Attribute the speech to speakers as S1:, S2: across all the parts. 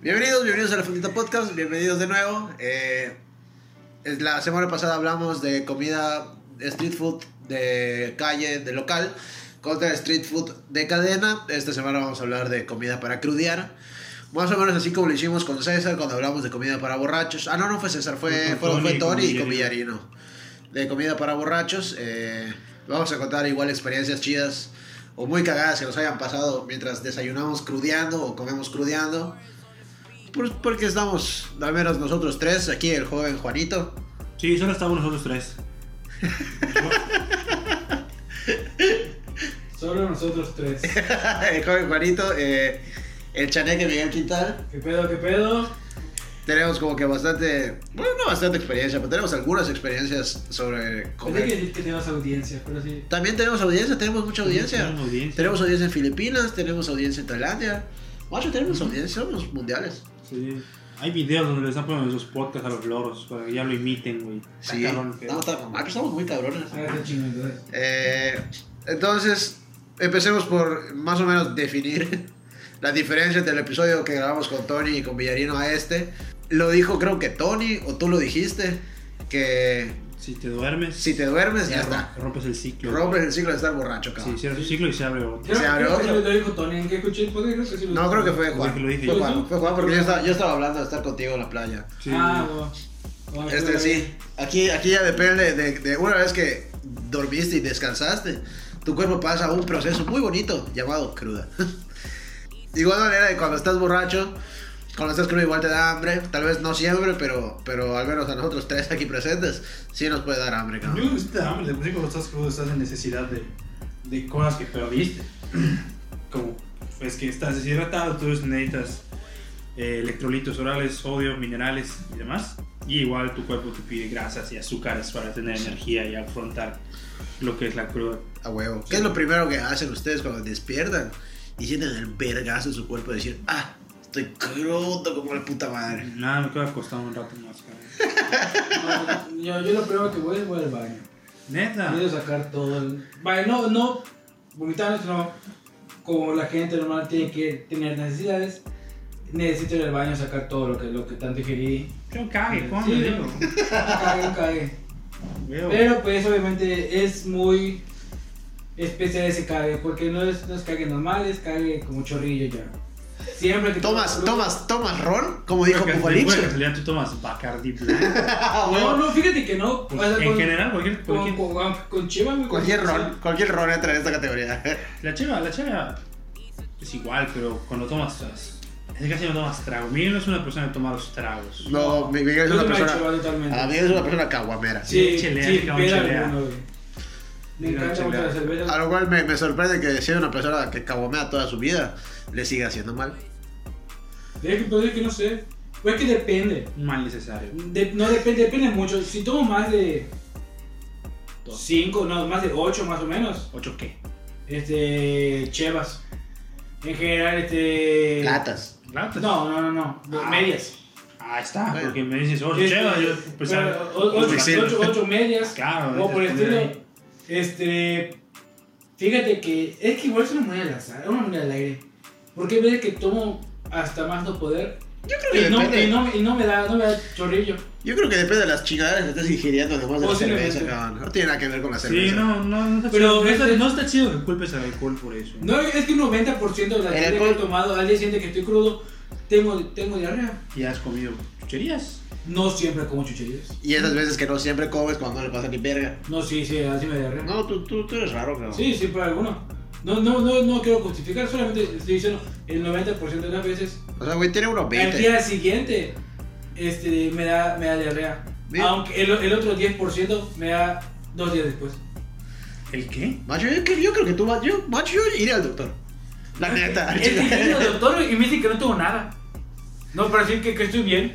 S1: Bienvenidos, bienvenidos a la Fundita Podcast, bienvenidos de nuevo. Eh, es la semana pasada hablamos de comida street food de calle, de local, contra street food de cadena. Esta semana vamos a hablar de comida para crudear. Más o menos así como lo hicimos con César cuando hablamos de comida para borrachos. Ah, no, no fue César, fue,
S2: Fue con
S1: fue,
S2: Tony
S1: fue
S2: y con
S1: Tony y con
S2: Villarino.
S1: Villarino. De comida para borrachos. eh, vamos a contar igual experiencias chidas o muy cagadas que nos hayan pasado mientras desayunamos crudeando o comemos crudeando. Por- Pues, porque estamos, al menos nosotros tres, aquí el joven Juanito.
S2: Sí, solo estamos nosotros tres.
S3: Solo nosotros tres.
S1: el joven Juanito, eh, el chaneque Miguel Quintal.
S3: ¿Qué pedo, qué pedo?
S1: Tenemos como que bastante, bueno, no bastante experiencia, pero tenemos algunas experiencias sobre
S3: Pensé que
S1: comer.
S3: decir que tenías audiencia, pero sí.
S1: También tenemos audiencia, tenemos mucha audiencia.
S2: Tenemos audiencia.
S1: Tenemos audiencia en Filipinas, tenemos audiencia en Tailandia. Macho, tenemos audiencia, somos mundiales.
S2: Sí. Hay videos donde les están poniendo sus podcasts a los loros para que ya lo imiten, güey. Está
S1: Sí,
S2: cabrón, pero-
S1: estamos, tan- macho, estamos muy cabrones.
S3: Ah, qué chingo, entonces.
S1: Eh, entonces, empecemos por más o menos definir la diferencia entre el episodio que grabamos con Tony y con Villarino a este. Lo dijo creo que Tony, o tú lo dijiste, que
S2: Si te duermes,
S1: si te duermes ya,
S2: ya rom-
S1: está.
S2: rompes el ciclo.
S1: Rompes el ciclo de estar borracho,
S2: Sí,
S1: cabrón.
S2: cierras tu ciclo y se abre otro.
S3: Creo,
S1: Se abrió
S3: creo que
S1: otro.
S3: lo dijo Tony, ¿en qué escuché? el podcast? Creo que sí lo
S1: No,
S3: dijo.
S1: creo que fue Juan.
S2: Lo dije
S1: Fue
S2: yo.
S1: Juan, fue Juan porque yo estaba, yo estaba hablando de estar contigo en la playa.
S2: Sí.
S3: Ah, bueno. No, me
S1: Este
S3: acuerdo.
S1: sí, aquí, aquí ya depende de, de una vez que dormiste y descansaste, tu cuerpo pasa un proceso muy bonito llamado cruda. De igual manera de cuando estás borracho, cuando estás crudo igual te da hambre, tal vez no siempre, pero, pero al menos a nosotros tres aquí presentes sí nos puede dar hambre,
S4: Yo
S1: cabrón.
S4: creo que sí te da hambre, de por sí cuando estás crudo estás en necesidad de, de cosas que perdiste. Como es que estás deshidratado, tú necesitas eh, electrolitos orales, sodio, minerales y demás. Y igual tu cuerpo te pide grasas y azúcares para tener energía y afrontar lo que es la cruda.
S1: A huevo. ¿Qué es lo primero que hacen ustedes cuando despiertan y sienten el vergazo en su cuerpo y decir, ah, estoy crudo como la puta madre?
S2: Nada, me quedo acostado un rato más, cabrón.
S3: No, yo, yo lo primero que voy es voy al baño.
S4: Ah.
S2: Neta.
S3: Quiero sacar todo el. Vale, no, no. Vomitar no. Como la gente normal tiene que tener necesidades, necesito ir al baño sacar todo lo que, lo que tanto ingerí.
S2: Yo cague, ¿cómo
S3: Sí.
S2: digo?
S3: Cague, cague.
S2: Veo.
S3: Pero pues obviamente es muy especial ese cague, porque no es, no es cague normal, es cague como chorrillo ya. Siempre que...
S1: Tomas, tomas, tomas ron, como dijo
S2: Porque
S1: Pujalix.
S2: de casualidad tú tomas Bacardi Blanco.
S1: A
S3: Ah, No, no, fíjate que no.
S2: Pues,
S3: o sea,
S2: en
S3: con,
S2: general, cualquier,
S3: con,
S2: cualquier-
S3: con, ah, con Cheva, güey,
S1: Cualquier
S3: con-
S1: ron, cualquier ron entra en esta categoría.
S2: La cheva, la cheva es igual, pero cuando tomas. Es casi no tomas trago. Miguel no es una persona de tomar los tragos.
S1: No, mi- Miguel es
S3: Yo
S1: una
S3: soy Ah,
S1: persona.
S3: Cheva totalmente.
S1: A Miguel es una persona caguamera.
S3: Sí,
S2: Sí, chelea,
S3: sí,
S2: que aún
S3: peda
S2: chelea.
S3: alguno, güey. Me
S2: Diga,
S3: encanta mucho
S2: chelea.
S3: la cerveza.
S1: A lo cual me, me sorprende que siendo una persona que caguamea toda su vida, le siga haciendo mal.
S3: Pero es que, pero es que no sé. Pues es que depende.
S2: Un mal necesario.
S3: De- no depende, depende mucho. Si tomo más de 5, no, más de 8 más o menos.
S2: ¿Ocho qué?
S3: Este. Chevas. En general, este.
S1: Latas.
S2: ¿Ratas?
S3: No, no, no, no.
S2: Ah.
S3: Medias.
S2: Ah, está.
S1: Bueno.
S2: Porque me dices, ocho
S3: Este,
S2: cheva. Yo pues,
S3: pero,
S2: ah,
S3: o- ocho,
S1: Uy, sí.
S3: ocho- ocho medias.
S2: Claro,
S3: O por el
S2: este,
S3: estilo. Este. Fíjate que. Es que igual es una moneda al azar, es una moneda al aire. Porque hay veces que tomo hasta más no poder.
S1: Yo creo que
S3: Y no,
S1: depende.
S3: y no, y no me da, no me da chorrillo.
S1: Yo creo que depende de las chingaderas que estés ingiriendo además de la
S3: Posiblemente.
S1: cerveza, cabrón. No tiene nada que ver con la cerveza.
S2: Sí, no, no, no está
S3: Pero
S2: chido. No
S3: este-
S2: está- no está chido que culpes al alcohol por eso.
S3: No, es que un 90% de la
S1: El
S3: gente que
S1: alcohol-
S3: he tomado al día siguiente que estoy crudo, tengo, tengo diarrea.
S2: Y has comido chucherías.
S3: No siempre como chucherías.
S1: Y esas veces que no siempre comes cuando no le pasa ni verga.
S3: No, sí, sí, así me diarrea.
S1: No, tú, tú, tú eres raro, cabrón.
S3: Sí, siempre alguno. No, no, no, no quiero justificar, solamente estoy diciendo el 90% de las veces.
S1: O sea, güey, tiene unos
S3: Al
S1: 20.
S3: día siguiente este, me, da, me da diarrea.
S1: Mira.
S3: Aunque el, el otro 10% me da dos días después.
S2: ¿El qué?
S1: Macho, yo, que- yo creo que tú vas. Yo, macho, yo iría al doctor. La neta.
S3: Es que viene el doctor y me dice que no tengo nada. No, para decir que, que estoy bien.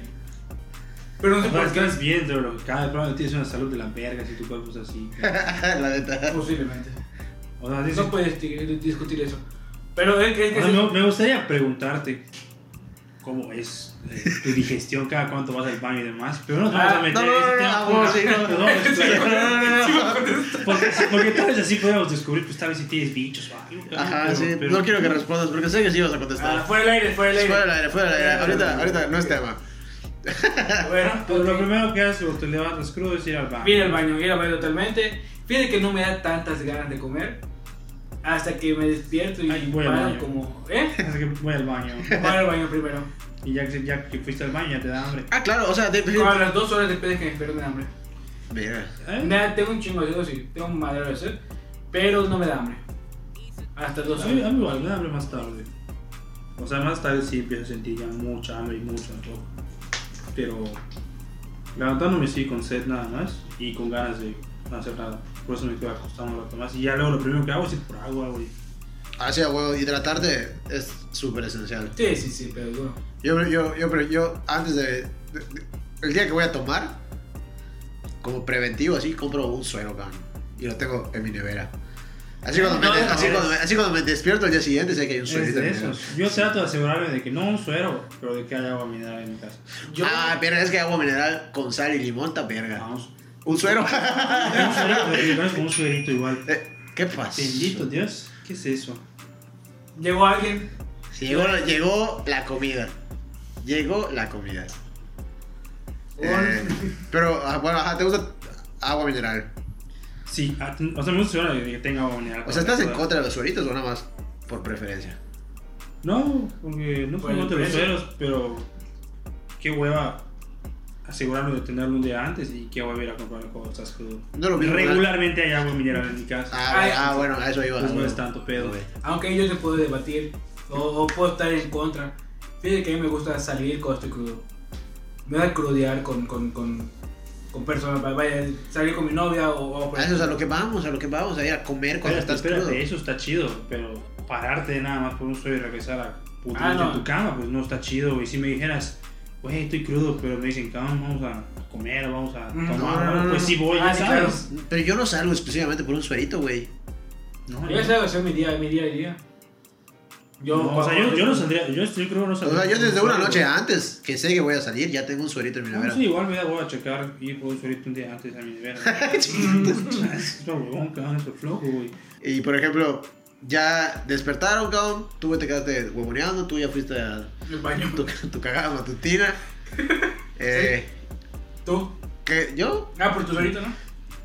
S3: Pero no sé
S2: No,
S3: por qué.
S2: estás bien, pero lo que cada probablemente tienes una salud de la verga si tu cuerpo es así.
S1: la neta.
S3: Posiblemente.
S2: O sea, dices,
S3: No
S4: Ah,
S3: puedes di- discutir eso. Pero es que... Es que
S2: Ahora, me, me gustaría preguntarte,
S4: cómo es eh, tu digestión, cada cuánto vas al baño y demás. Pero no nos vamos
S3: Ah,
S4: a meter
S1: no,
S4: en ese
S1: no,
S4: tema.
S1: no, no, sí, no,
S4: Nos
S1: no.
S4: vamos a meter.
S1: No, no, no, no.
S4: pues, Porque, porque tal vez así podemos descubrir, pues tal vez si tienes bichos o algo. ¿no?
S1: Ajá,
S4: Pero-
S1: sí.
S4: pero-
S1: No quiero que respondas porque sé que sí vas a
S3: Ah,
S1: contestar.
S3: fuera del aire, fuera del aire.
S1: Fuera del aire, fuera del aire. Ahorita, ahorita no es tema.
S3: Bueno,
S4: Pero pues, lo primero que haces cuando te levantas crudo es ir al baño.
S3: Ir al baño, ir al baño totalmente. Fíjate que no me da tantas ganas de comer hasta que me despierto y
S4: Ay, voy al
S3: paro
S4: baño.
S3: como, ¿eh?
S4: Así que voy al baño.
S3: Voy al baño primero.
S4: Y ya que, ya que fuiste al baño ya te da hambre.
S1: Ah, claro, o sea, te.
S3: Como a las dos horas después de que me despierto me da hambre.
S1: Mira.
S4: ¿Eh?
S3: Me da- tengo un chingo de sed, sí, tengo un madero de sed, pero no me da hambre. Hasta las dos
S4: A mí, a
S3: horas.
S4: mí igual, me da hambre más tarde. O sea, más tarde sí empiezo a sentir ya mucha hambre y mucho antojo. Pero levantándome sí con sed nada más y con ganas de no hacer nada. Por eso me quedo acostado un rato más. Y ya luego lo primero que hago es ir por agua, güey.
S1: Así, Ah, a huevo, hidratarte es súper esencial.
S3: Sí, sí, sí, pero bueno.
S1: Yo, yo, yo, pero yo, antes de, de- de- El día que voy a tomar, como preventivo, así, compro un suero, cabrón. Y lo tengo en mi nevera. Así cuando, me,
S4: No,
S1: de-
S4: no,
S1: así
S4: es-
S1: cuando, me, así cuando me despierto el día siguiente, sé que hay un
S4: Es
S1: suerito. en
S4: de
S1: mi nevera.
S4: esos. Yo trato de asegurarme de que no un suero, pero de que haya agua mineral en mi casa.
S3: Yo,
S1: Ah, pero es que agua mineral con sal y limón está verga.
S4: Vamos.
S1: Un suero.
S4: Un suero, pero yo creo que es como un suerito igual.
S1: Eh, ¿Qué pasa?
S4: Bendito Dios, ¿qué es eso?
S3: llegó alguien,
S1: Llegó, llegó la comida. Llegó la comida. Eh, pero, ah, bueno, ajá, te gusta agua mineral.
S4: Sí, a- o sea, me gusta el suero de que tenga agua mineral.
S1: O sea, ¿estás en contra de los sueritos o nada más por preferencia?
S4: No, porque no
S3: Por
S4: soy
S3: el
S4: contra los
S3: precio.
S4: sueros, Pues, pero qué hueva asegurarme de tenerlo un día antes y qué hueva ir a comprarlo cuando estás crudo.
S1: No lo mismo,
S4: Regularmente hay agua mineral en mi casa.
S1: Ah,
S3: Ay,
S1: ah, bueno, a eso iba.
S4: Pues
S1: ah,
S4: no
S1: bueno.
S4: es tanto pedo.
S1: Ok.
S3: aunque yo te puedo debatir o, o puedo estar en contra, fíjate que a mí me gusta salir cuando estoy crudo. Me da crudear con, con, con, con personas, vaya, salir con mi novia o... o
S1: A eso es a lo que vamos, a lo que vamos, a ir a comer cuando
S4: Espérate,
S1: estás
S4: espérate,
S1: crudo.
S4: eso está chido, pero pararte nada más por un suero y regresar a putamente
S3: Ah, no.
S4: en tu cama, pues no está chido. Y si me dijeras, güey, estoy crudo, pero me dicen, cabrón, vamos a comer, vamos a
S3: Mm,
S4: tomar,
S1: no, no, no,
S4: pues sí voy,
S3: Ah,
S4: ya
S3: sí,
S4: sabes.
S1: Pero yo no salgo exclusivamente por un suerito, güey.
S4: No,
S3: Yo
S4: no.
S3: ya sabes, es mi día, mi día a día. Yo,
S4: No, o sea, yo, yo no saldría, yo, yo creo que no
S1: O
S4: saldría.
S1: sea, yo
S4: con
S1: desde
S4: un
S1: una
S4: suero,
S1: noche
S4: güey.
S1: antes que sé que voy a salir, ya tengo un suerito en mi
S4: No,
S1: nevera.
S4: sí, igual me da- voy a checar y por un suerito un día antes a mi nevera. es un huevón, cabrón, eso es flojo, güey.
S1: Y por ejemplo, ya despertaron, cabrón. Tú te quedaste huevoneando, tú ya fuiste a
S3: El baño.
S1: tu, tu cagada matutina. Eh,
S3: ¿Tú?
S1: ¿qué? ¿Yo?
S3: Ah, por tu solito, ¿no?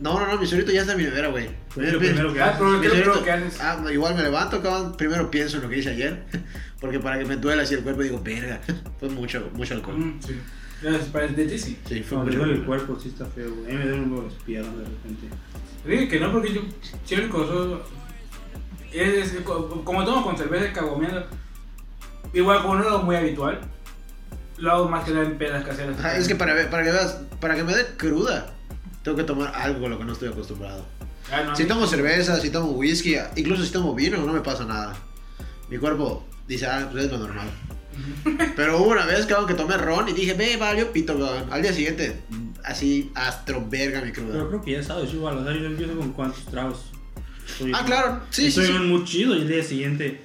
S1: No, no, no, mi suerito ya está en mi nevera, güey.
S4: Pues es lo primero que
S3: Ah,
S4: haces.
S3: pero
S1: Mi
S3: ¿qué es lo
S1: suerito-
S3: primero que haces?
S1: Ah, no, igual me levanto, cabrón. Primero pienso en lo que hice ayer. Porque para que me duela así el cuerpo, digo, verga. Fue mucho, mucho alcohol.
S3: Mm, sí. Ya, es Para de ti sí.
S1: Sí, fue
S4: Cuando
S1: mucho
S4: me duele el
S1: alcohol.
S4: cuerpo, sí está feo, güey. A mí me duelen un poco las piernas de repente.
S3: Dije que no, porque yo siempre coso. Es, es- co- como tomo con cerveza cagomeando, igual como no lo hago muy habitual, lo hago más que nada en pedas caseras.
S1: Ajá, Ah, es que para, ver- para que veas, para que me dé cruda, tengo que tomar algo a lo que no estoy acostumbrado.
S3: Ah, no, a
S1: Si
S3: mí-
S1: tomo cerveza, si tomo whisky, incluso si tomo vino, no me pasa nada. Mi cuerpo dice, ah, pues es lo normal. Pero hubo una vez, cabrón, que tomé ron y dije, ve, valió pito, cabrón. Al día siguiente, así, astro verga mi
S4: Pero
S1: cruda.
S4: creo que ya sabes, igual, o sea, yo empiezo con cuántos tragos. Soy-
S1: Ah, claro, sí, sí,
S4: Soy
S1: sí.
S4: un muy chido y el día siguiente,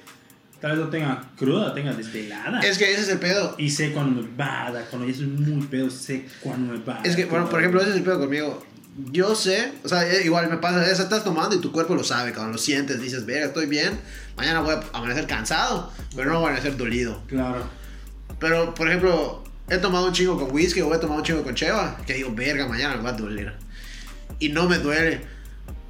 S4: tal vez no tenga cruda, tenga desvelada.
S1: Es que ese es el pedo.
S4: Y sé cuando me bada, cuando ya soy muy pedo, sé cuando me bada.
S1: Es que, bueno, por ejemplo, ese es el pedo conmigo. Yo sé, o sea, eh, igual me pasa, eso estás tomando y tu cuerpo lo sabe, cabrón, lo sientes, dices, verga, estoy bien, mañana voy a amanecer cansado, pero no voy a amanecer dolido.
S4: Claro.
S1: Pero, por ejemplo, he tomado un chingo con whisky o he tomado un chingo con cheva, que digo, verga, mañana me va a doler. Y no me duele.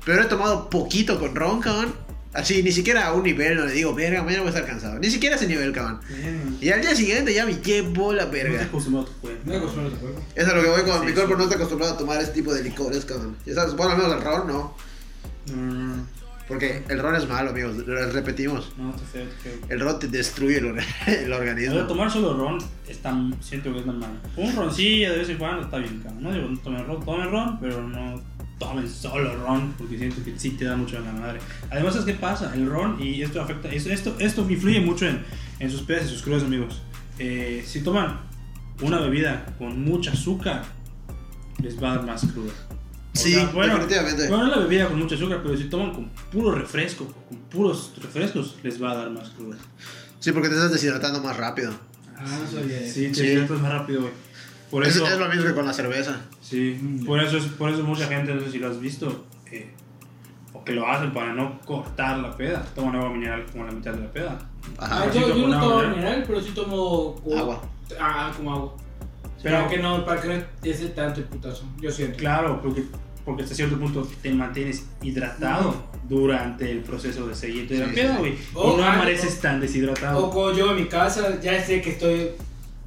S1: Pero he tomado poquito con ron, cabrón. Así, ni siquiera a un nivel donde digo, verga, mañana voy a estar cansado. Ni siquiera a ese nivel, cabrón.
S4: Bien.
S1: Y al día siguiente ya me llevo la
S4: No te
S1: verga.
S4: acostumbrado a tu cuerpo.
S3: No hago solo ese juego.
S1: Eso es lo que voy con
S4: Sí,
S1: mi cuerpo,
S4: sí.
S1: no está acostumbrado a tomar ese tipo de licores, cabrón. Ya sabes, bueno, al menos el ron no.
S4: No, no, no.
S1: Porque el ron es malo, amigos, lo repetimos.
S4: No, está feo, está feo.
S1: El ron te destruye el, or- el
S4: A
S1: organismo.
S4: ver, tomar solo ron está, siento que es normal. Un roncillo de vez en cuando está bien, cabrón. No digo, no tomen ron, tomen ron, pero no tomen solo ron, porque siento que sí te da mucho en la madre. Además, ¿sabes qué pasa? El ron, y esto afecta, esto, esto, esto influye mucho en, en sus pedas y sus crudas, amigos. Eh, si toman una bebida con mucha azúcar, les va a dar más cruda. O
S1: Sí,
S4: sea, bueno,
S1: definitivamente.
S4: bueno, la bebida con mucha azúcar, pero si toman con puro refresco, con puros refrescos, les va a dar más cruda.
S1: Sí, porque te estás deshidratando más rápido.
S3: Ah, no sabía eso.
S4: Sí, te
S1: Sí.
S4: sientes más rápido, güey. Por
S1: Es,
S4: eso,
S1: es lo mismo que con la cerveza.
S4: sí,
S3: Mm.
S4: por eso, es- por eso mucha gente, no sé si lo has visto, eh, o que lo hacen para no cortar la peda. Toman agua mineral como la mitad de la peda.
S3: Ah,
S1: Ajá.
S4: Ay,
S3: yo,
S4: sí,
S3: yo no
S4: agua,
S3: tomo
S4: ¿no?
S3: mineral, pero sí tomo o-
S1: Agua.
S3: Ah, como agua.
S4: Pero-
S3: para que no, para que no ese tanto el putazo. Yo siento.
S4: Claro, porque, porque hasta cierto punto te mantienes hidratado durante el proceso de seguimiento de
S1: Sí,
S4: la peda,
S1: sí.
S4: güey.
S3: O
S4: y Oh, ah, no Oh.
S3: algo-
S4: amaneces tan
S3: O
S4: deshidratado.
S3: como yo en mi casa, ya sé que estoy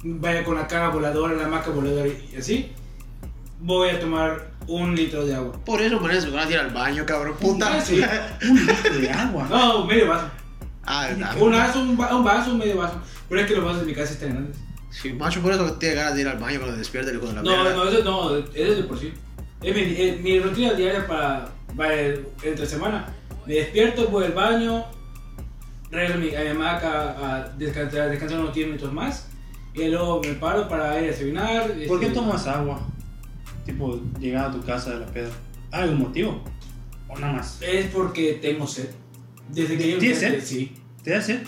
S3: vaya con la cara voladora, la maca voladora y así, voy a tomar un litro de agua.
S1: Por eso, manes, me van a ir al baño, cabrón.
S3: Ah,
S1: Puta.
S3: sí.
S4: Un litro de agua.
S3: No, medio vaso.
S1: Ah, ah,
S3: Un vaso, un, va- un vaso, medio vaso. Pero es que los vasos de mi casa están grandes.
S1: sí, macho, por eso tiene ganas de ir al baño cuando despierta el hijo de la
S3: No,
S1: mierda.
S3: no, eso no, eso es de por sí. Es mi, es mi rutina diaria para, para el- entre semana. Me despierto, voy al baño, regreso a mi, a mi hamaca a descansar, descansar unos 10 minutos más. Y luego me paro para ir a desayunar.
S4: ¿Por qué
S3: este,
S4: tomas agua? Tipo, llegar a tu casa de la peda. ¿Hay algún motivo? ¿O nada más?
S3: Es porque tengo sed. Desde que yo
S4: ¿Tienes sed?
S3: empecé, Sí,
S4: ¿Te da sed?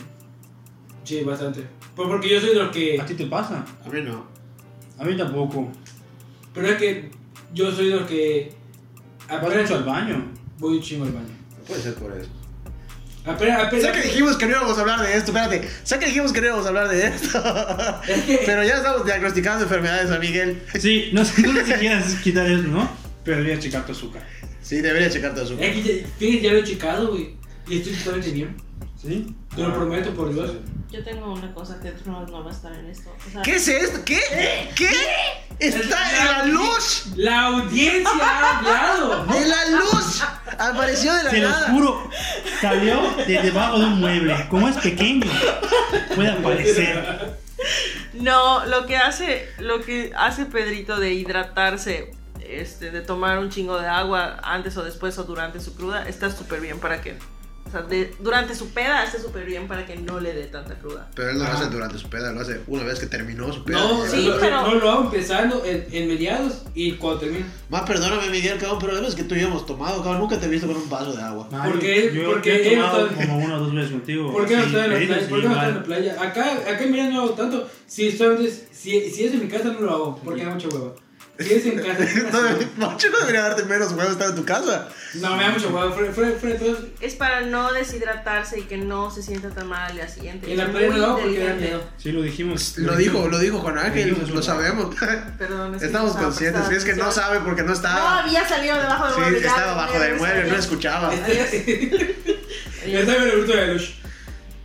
S3: sí, bastante. Pues porque yo soy de los que.
S4: ¿A ti te pasa?
S1: A mí no.
S4: A mí tampoco.
S3: Pero es que yo soy de los que.
S4: ¿Vas
S3: Apenas
S4: mucho al baño?
S3: voy un chingo al baño.
S1: Puede ser por eso.
S3: Apenas, apenas.
S1: Sé que dijimos que no íbamos a hablar de esto, espérate. Sé que dijimos que no íbamos a hablar de esto.
S3: Es que-
S1: Pero ya estamos diagnosticando enfermedades a Miguel.
S4: Sí, no sé, no sé si quieras quitar eso, ¿no? Pero deberías checar tu azúcar.
S1: Sí, debería checar todo eso.
S3: Es que ya, fíjate, ya lo he checado, güey. Y estoy totalmente bien.
S4: ¿Sí?
S3: Te lo prometo por Dios.
S5: Yo tengo una cosa que tú no, no va a estar en esto. O sea,
S1: ¿Qué es esto? ¿Qué? ¿Qué? ¡Está en la luz!
S3: La audiencia ha hablado.
S1: ¡De la luz! Apareció de la
S4: Te lo
S1: nada.
S4: juro, salió de debajo de un mueble. Como es pequeño, puede aparecer.
S5: No, lo que hace, lo que hace Pedrito de hidratarse, este, de tomar un chingo de agua antes o después o durante su cruda, está súper bien para que. O sea, de- durante su peda está súper bien para que no le dé tanta cruda.
S1: Pero él no lo
S3: Ajá.
S1: hace durante su peda, lo hace una vez que terminó su peda.
S3: No,
S5: Sí,
S3: no,
S5: pero-
S3: no lo hago empezando en, en mediados y cuando termino.
S1: Más perdóname, Miguel, cabrón, pero es que tú y yo hemos tomado, cabrón. Nunca te he visto con un vaso de agua.
S4: Mario,
S3: Porque-
S4: yo,
S3: porque
S4: yo he
S3: él
S4: tomado
S3: está-
S4: como una o dos veces contigo.
S3: ¿Por qué no
S4: Sí,
S3: estoy en la
S4: Pedro,
S3: playa?
S4: sí,
S3: ¿Por qué no estoy en la
S4: igual.
S3: playa? Acá, acá en Mérida no hago tanto. Si, solamente es- si, si es en mi casa, no lo hago, porque da mucha hueva. Si es en casa,
S1: Macho no debería darte menos huevos estar en tu casa.
S3: no me da mucha hueva. Fuera, fuera, fuera de todo,
S5: Es para no deshidratarse y que no se sienta tan mal al día siguiente.
S3: en la
S5: Es
S3: playa no
S5: muy
S3: lo hago porque da
S5: inteligente.
S3: miedo.
S4: Sí, lo dijimos.
S1: Lo dijo, lo dijo Juan Ángel,
S4: Dijimos,
S1: lo sabemos.
S5: Perdón, es que
S1: Estamos
S5: no estaba
S1: conscientes,
S5: prestando
S1: es que no
S5: atención.
S1: sabe porque no
S5: No
S1: estaba.
S5: había salido debajo del
S1: Sí,
S5: mueble. ya,
S1: estaba abajo del
S5: ya
S1: mueble, no
S5: sabía.
S1: escuchaba.
S3: Yo estaba en el bruto de la luz.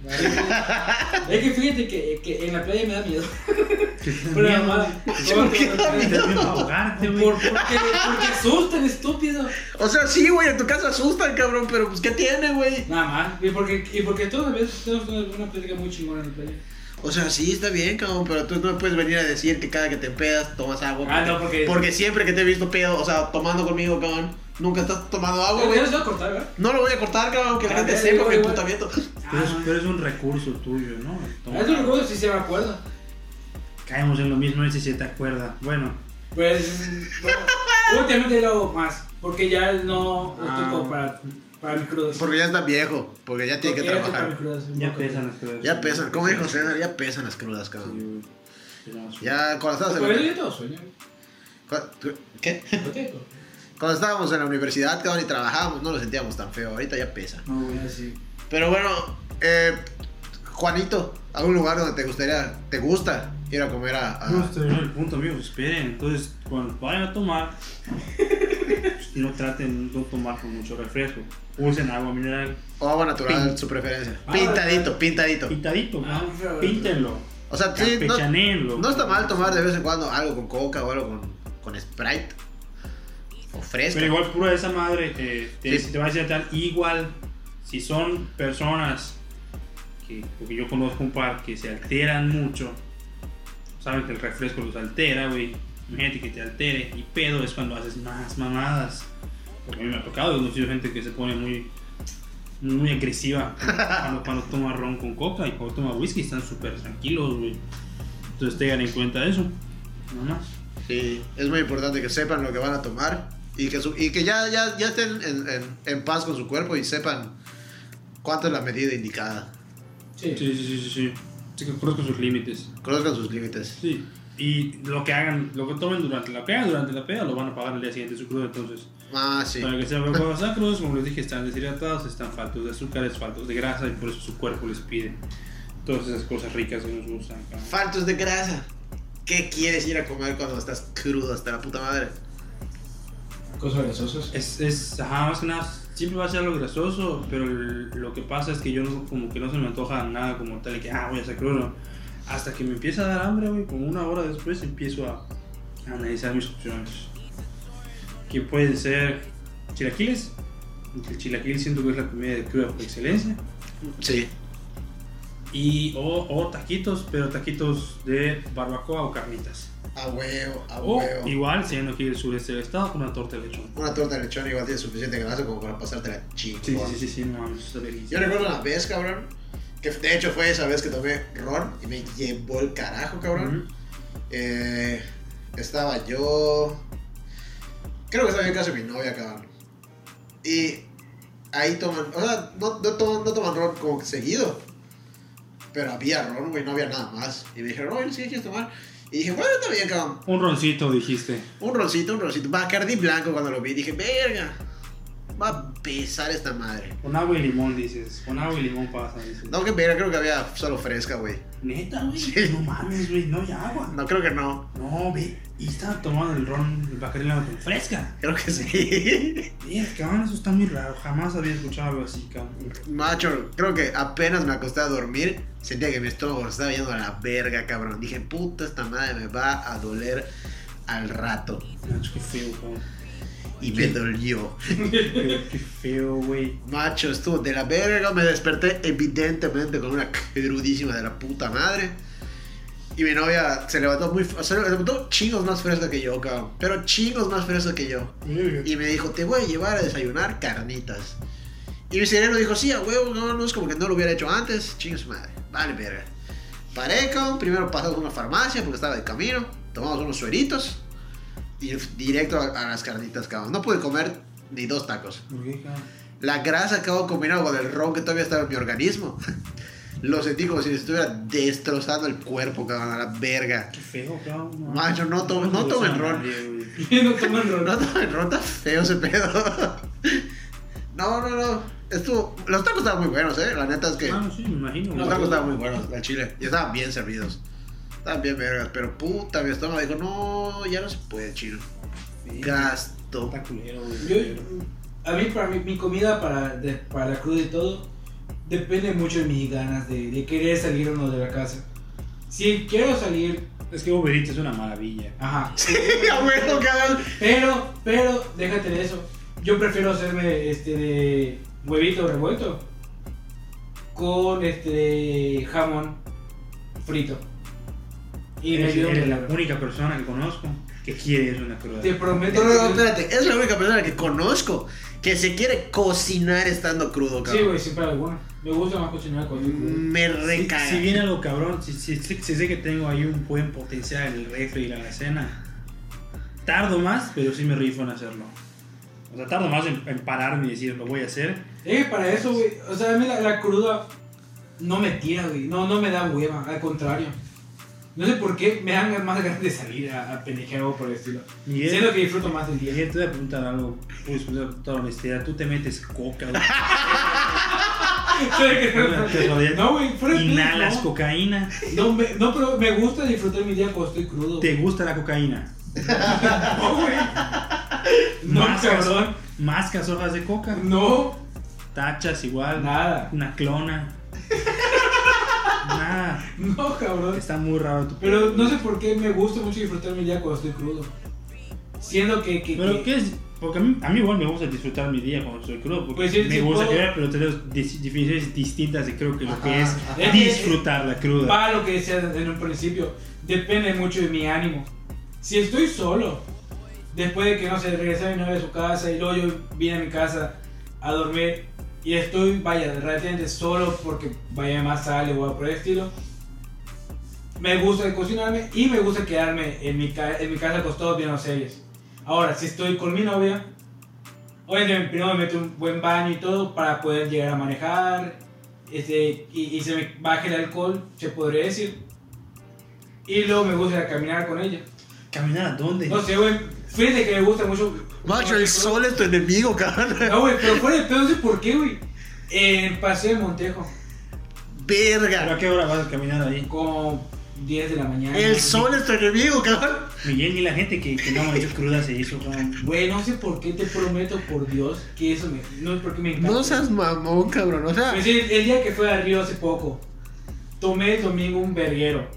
S3: eh, Es que fíjate que, que en la playa me da miedo. Pero
S4: miedo.
S3: mamá,
S1: ¿Por qué da
S4: Te da miedo ahogarte,
S3: Por,
S4: güey.
S3: porque, porque asustan, estúpido.
S1: O sea, sí, güey, en tu casa asustan, cabrón, pero pues, ¿qué tiene, güey?
S3: Nada más. Y porque, y porque todas las veces tenemos una, una plática muy chingona en la playa.
S1: O sea, sí, está bien, cabrón, pero tú no me puedes venir a decir que cada que te pedas tomas agua.
S3: Ah, no, porque-
S1: Porque siempre que te he visto pedo, o sea, tomando conmigo, cabrón, nunca estás tomando agua,
S3: Pero Ah,
S1: güey.
S3: ya no se va a cortar, ¿verdad?
S1: No lo voy a cortar, cabrón, que la
S3: A
S1: gente
S3: ver,
S1: sepa
S3: igual,
S1: mi
S3: igual.
S1: putamiento.
S4: Pero es, pero es un recurso tuyo, ¿no? Toma.
S3: Ah, Eso lo recuerdo si se me acuerda.
S4: Caemos en lo mismo, ese si se te acuerda. Bueno,
S3: Pues, bueno, últimamente lo hago más, porque ya no lo toco para, para mis crudos.
S1: Ah. Porque ya está viejo, porque ya tiene que
S3: Porque ya toco para
S1: trabajar.
S3: mis crudos, un
S4: ya
S3: poco.
S4: pesan las cosas.
S1: Ya pesan, como dijo César, ya pesan las crudas, cabrón. Ya cuando estabas
S3: Por eso
S1: en
S3: yo todo sueño.
S1: la... ¿Qué?
S3: lo tengo.
S1: Cuando estábamos en la universidad, cabrón, y trabajábamos, no lo sentíamos tan feo. Ahorita ya pesa.
S4: No, güey.
S3: Así.
S1: Pero bueno, eh, Juanito, ¿algún lugar donde te gustaría, te gusta ir a comer a... a-
S4: No, este no es el punto, amigos, esperen. Entonces, cuando vayan a tomar, pues, no traten de no tomar con mucho refresco. Usen agua mineral.
S1: o agua natural, su preferencia? Pintadito, pintadito.
S4: Pintadito,
S3: Ah,
S4: ¿no?
S3: por favor.
S4: píntenlo.
S1: O sea, sí, no,
S4: Campechanenlo.
S1: no está mal tomar de vez en cuando algo con coca o algo con, con Sprite. O fresco.
S4: Pero igual, pura de esa madre, eh, te,
S1: Sí.
S4: te va a decir tal. Igual, si son personas que, porque yo conozco un par que se alteran mucho, saben que el refresco los altera, güey. Imagínate que te altere y pedo es cuando haces más mamadas. Porque a mí me ha tocado, yo conocido gente que se pone muy, muy agresiva cuando, cuando toma ron con coca y cuando toma whisky están súper tranquilos, güey. Entonces tengan en cuenta eso, nada más.
S1: Sí, es muy importante que sepan lo que van a tomar y que, su- y que ya, ya, ya estén en, en- en paz con su cuerpo y sepan cuánto es la medida indicada.
S3: Sí.
S4: Sí, sí, sí, sí. sí. sí que conozco sus límites.
S1: Conozcan sus límites.
S4: Sí. Y lo que hagan, lo que tomen durante la peda, durante la peda, lo van a pagar el día siguiente su crudo, entonces.
S1: Ah, sí.
S4: Para que sepan cuerpos sacros, como les dije, están deshidratados, están faltos de azúcares, faltos de grasa, y por eso su cuerpo les pide todas esas cosas ricas que nos gustan. cabrón.
S1: Faltos de grasa. ¿Qué quieres ir a comer cuando estás crudo hasta la puta madre?
S3: Cosas grasosas.
S4: Es, es, ajá, más que nada, siempre va a ser algo grasoso, pero el- lo que pasa es que yo no, como que no se me antoja nada como tal, y que, ah, voy a ser crudo. Hasta que me empieza a dar hambre, güey, como una hora después empiezo a analizar mis opciones. Que pueden ser chilaquiles, aunque el chilaquil siento que es la comida de cruda por excelencia,
S1: Sí.
S4: y, o, o taquitos, pero taquitos de barbacoa o carnitas.
S1: A huevo, a
S4: O
S1: Ah, huevo.
S4: igual, siendo aquí el sureste del estado, una torta de lechón.
S1: Una torta de lechón igual tiene suficiente grasa como para pasarte la chingada.
S4: Sí, sí, sí, sí, no mames, está delicioso.
S1: Yo recuerdo una vez, cabrón, que de hecho fue esa vez que tomé ron y me llevó el carajo, cabrón.
S4: Ujú.
S1: Eh, estaba yo. Creo que estaba en casa de mi novia, cabrón. Y ahí toman. O sea, no, no toman, no toman ron como que seguido. Pero había ron, güey, no había nada más. Y me dijeron, oye, si quieres tomar. Y dije, bueno, está bien, cabrón.
S4: Un roncito, dijiste.
S1: Un roncito, un roncito. Bacardi blanco cuando lo vi. Dije, verga. Va a pesar esta madre.
S4: Con agua y limón, dices. Con agua y limón pasa, dices.
S1: No, que verga, creo que había solo fresca, güey.
S4: Neta, güey. No mames, güey. No hay agua.
S1: No, creo que no.
S4: No, ve. Y estaba tomando el ron, el bacardi Blanco con fresca.
S1: Creo que sí.
S4: Mira, cabrón, ah, eso está muy raro. Jamás había escuchado algo así, cabrón.
S1: Macho, creo que apenas me acosté a dormir, sentía que mi estómago se estaba yendo a la verga, cabrón. Dije, puta, esta madre me va a doler al rato.
S4: Nacho, qué feo, cabrón.
S1: Y me dolió.
S4: Qué, qué feo, güey.
S1: Macho, estuvo de la verga. Me desperté evidentemente con una crudísima de la puta madre. Y mi novia se levantó muy... Se levantó chingos más fresca que yo, cabrón. Pero chingos más fresca que yo. Y me dijo, te voy a llevar a desayunar carnitas. Y mi cerebro dijo, sí, a huevo, no, no es como que no lo hubiera hecho antes. Chingue su madre. Vale, verga. Paré, cabrón, primero pasamos a una farmacia porque estaba de camino. Tomamos unos sueritos. Y directo a, a las carnitas, cabrón. No pude comer ni dos tacos.
S4: ¿Por qué, cabrón?
S1: La grasa acabó combinado con el ron que todavía estaba en mi organismo. lo sentí como si me estuviera destrozando el cuerpo, cabrón, a la verga.
S4: Qué feo, cabrón. no.
S1: Macho, no tomen- no tomen
S4: gusta
S1: ron.
S4: nadie, güey.
S3: no toman ron.
S1: No, no, no, está feo ese pedo. No, no, no. Estuvo... Los tacos estaban muy buenos, eh. La neta es que
S4: Ah, no, sí, me imagino.
S1: los
S4: güey.
S1: tacos estaban muy buenos, al chile. Y estaban bien servidos. Estaban bien vergas. Pero puta, mi estómago dijo, no, ya no se puede, chile.
S4: Sí,
S1: Gasto.
S4: Está culero,
S3: Yo,
S4: güey.
S3: a mí, para mi, mi comida, para, de- para la cruda y todo, depende mucho de mis ganas de, de querer salir o no de la casa. Si quiero salir,
S4: Es que Uber Eats es una maravilla.
S3: ajá.
S1: A huevo, cabrón.
S3: Pero, pero, déjate de eso. Yo prefiero hacerme este de huevito revuelto con este de jamón frito. Y me
S4: Eres,
S3: ayuda un
S4: eres la
S3: milagro.
S4: única persona que conozco que quiere eso una cruda.
S3: Te prometo
S1: No, no, no,
S3: que-
S1: espérate. Es la única persona que conozco que se quiere cocinar estando crudo,
S3: Sí,
S1: cabrón.
S3: güey, siempre alguna. Me gusta más cocinar con
S1: Me
S4: Si,
S1: recae.
S4: si viene algo cabrón, si, si- si- si sé que tengo ahí un buen potencial en el refri y la alacena, tardo más, pero sí me rifo en hacerlo. O sea, tardo más en, en pararme y decir, lo voy a hacer.
S3: Es que para eso, güey. O sea, a mí la, la cruda no me tira, güey. No, no me da hueva, al contrario. No sé por qué me dan más ganas de salir a, a pendejear o por el estilo.
S4: Miguel,
S3: Siento que disfruto más del día.
S4: Miguel, te voy a preguntar algo, pues, con toda honestidad, tú te metes coca, güey. Te rodeas-
S3: no, güey, fuera de pedo,
S4: inhalas
S3: no.
S4: cocaína,
S3: No, me, no, pero me gusta disfrutar mi día cuando estoy crudo.
S4: te gusta la cocaína,
S3: No, güey. No,
S4: Mascas.
S3: cabrón.
S4: mascas hojas de coca,
S3: No,
S4: tachas igual,
S3: nada.
S4: una clona, nada.
S3: No, cabrón.
S4: Está muy raro tu
S3: Pero no sé por qué me gusta mucho disfrutar mi día cuando estoy crudo. Siendo que. que,
S4: Pero
S3: que-
S4: qué es, porque a mí, a mí igual me gusta disfrutar mi día cuando estoy crudo, porque
S3: Pues sí,
S4: me
S3: sí
S4: gusta
S3: puedo.
S4: crear, pero tenemos dis- definiciones distintas de creo que lo que
S1: Ajá,
S4: es
S1: ajá.
S4: disfrutar la cruda.
S3: Va lo que decía en un principio, depende mucho de mi ánimo. Si estoy solo, después de que no sé, regresé a mi novia a su casa y luego yo vine a mi casa a dormir y estoy, vaya, relativamente solo porque vaya más sale o algo por el estilo. Me gusta cocinarme y me gusta quedarme en mi, ca- en mi casa acostado viendo series. Ahora, si estoy con mi novia, obviamente primero me meto un buen baño y todo para poder llegar a manejar este, y, y se me baje el alcohol, se podría decir. Y luego me gusta ir a caminar con ella.
S4: ¿Caminar a dónde?
S3: No sé, güey. Fíjate que me gusta mucho.
S1: Macho, el sol es tu enemigo, cabrón.
S3: No, güey, pero fuera de pedo, no sé por qué, güey. Eh, En Paseo de Montejo,
S4: ¿Pero a
S1: Verga.
S4: qué hora vas a caminar ahí?
S3: como 10 de la mañana.
S1: El sol es tu enemigo, cabrón.
S4: Miguel ni la gente que, que no amaneció cruda se hizo con...
S3: Güey, no sé por qué, te prometo por Dios que eso me. No es porque me encanta.
S1: No seas mamón, cabrón. O sea,
S3: Pues sí, el día que fue a Río hace poco, tomé el domingo un verguero.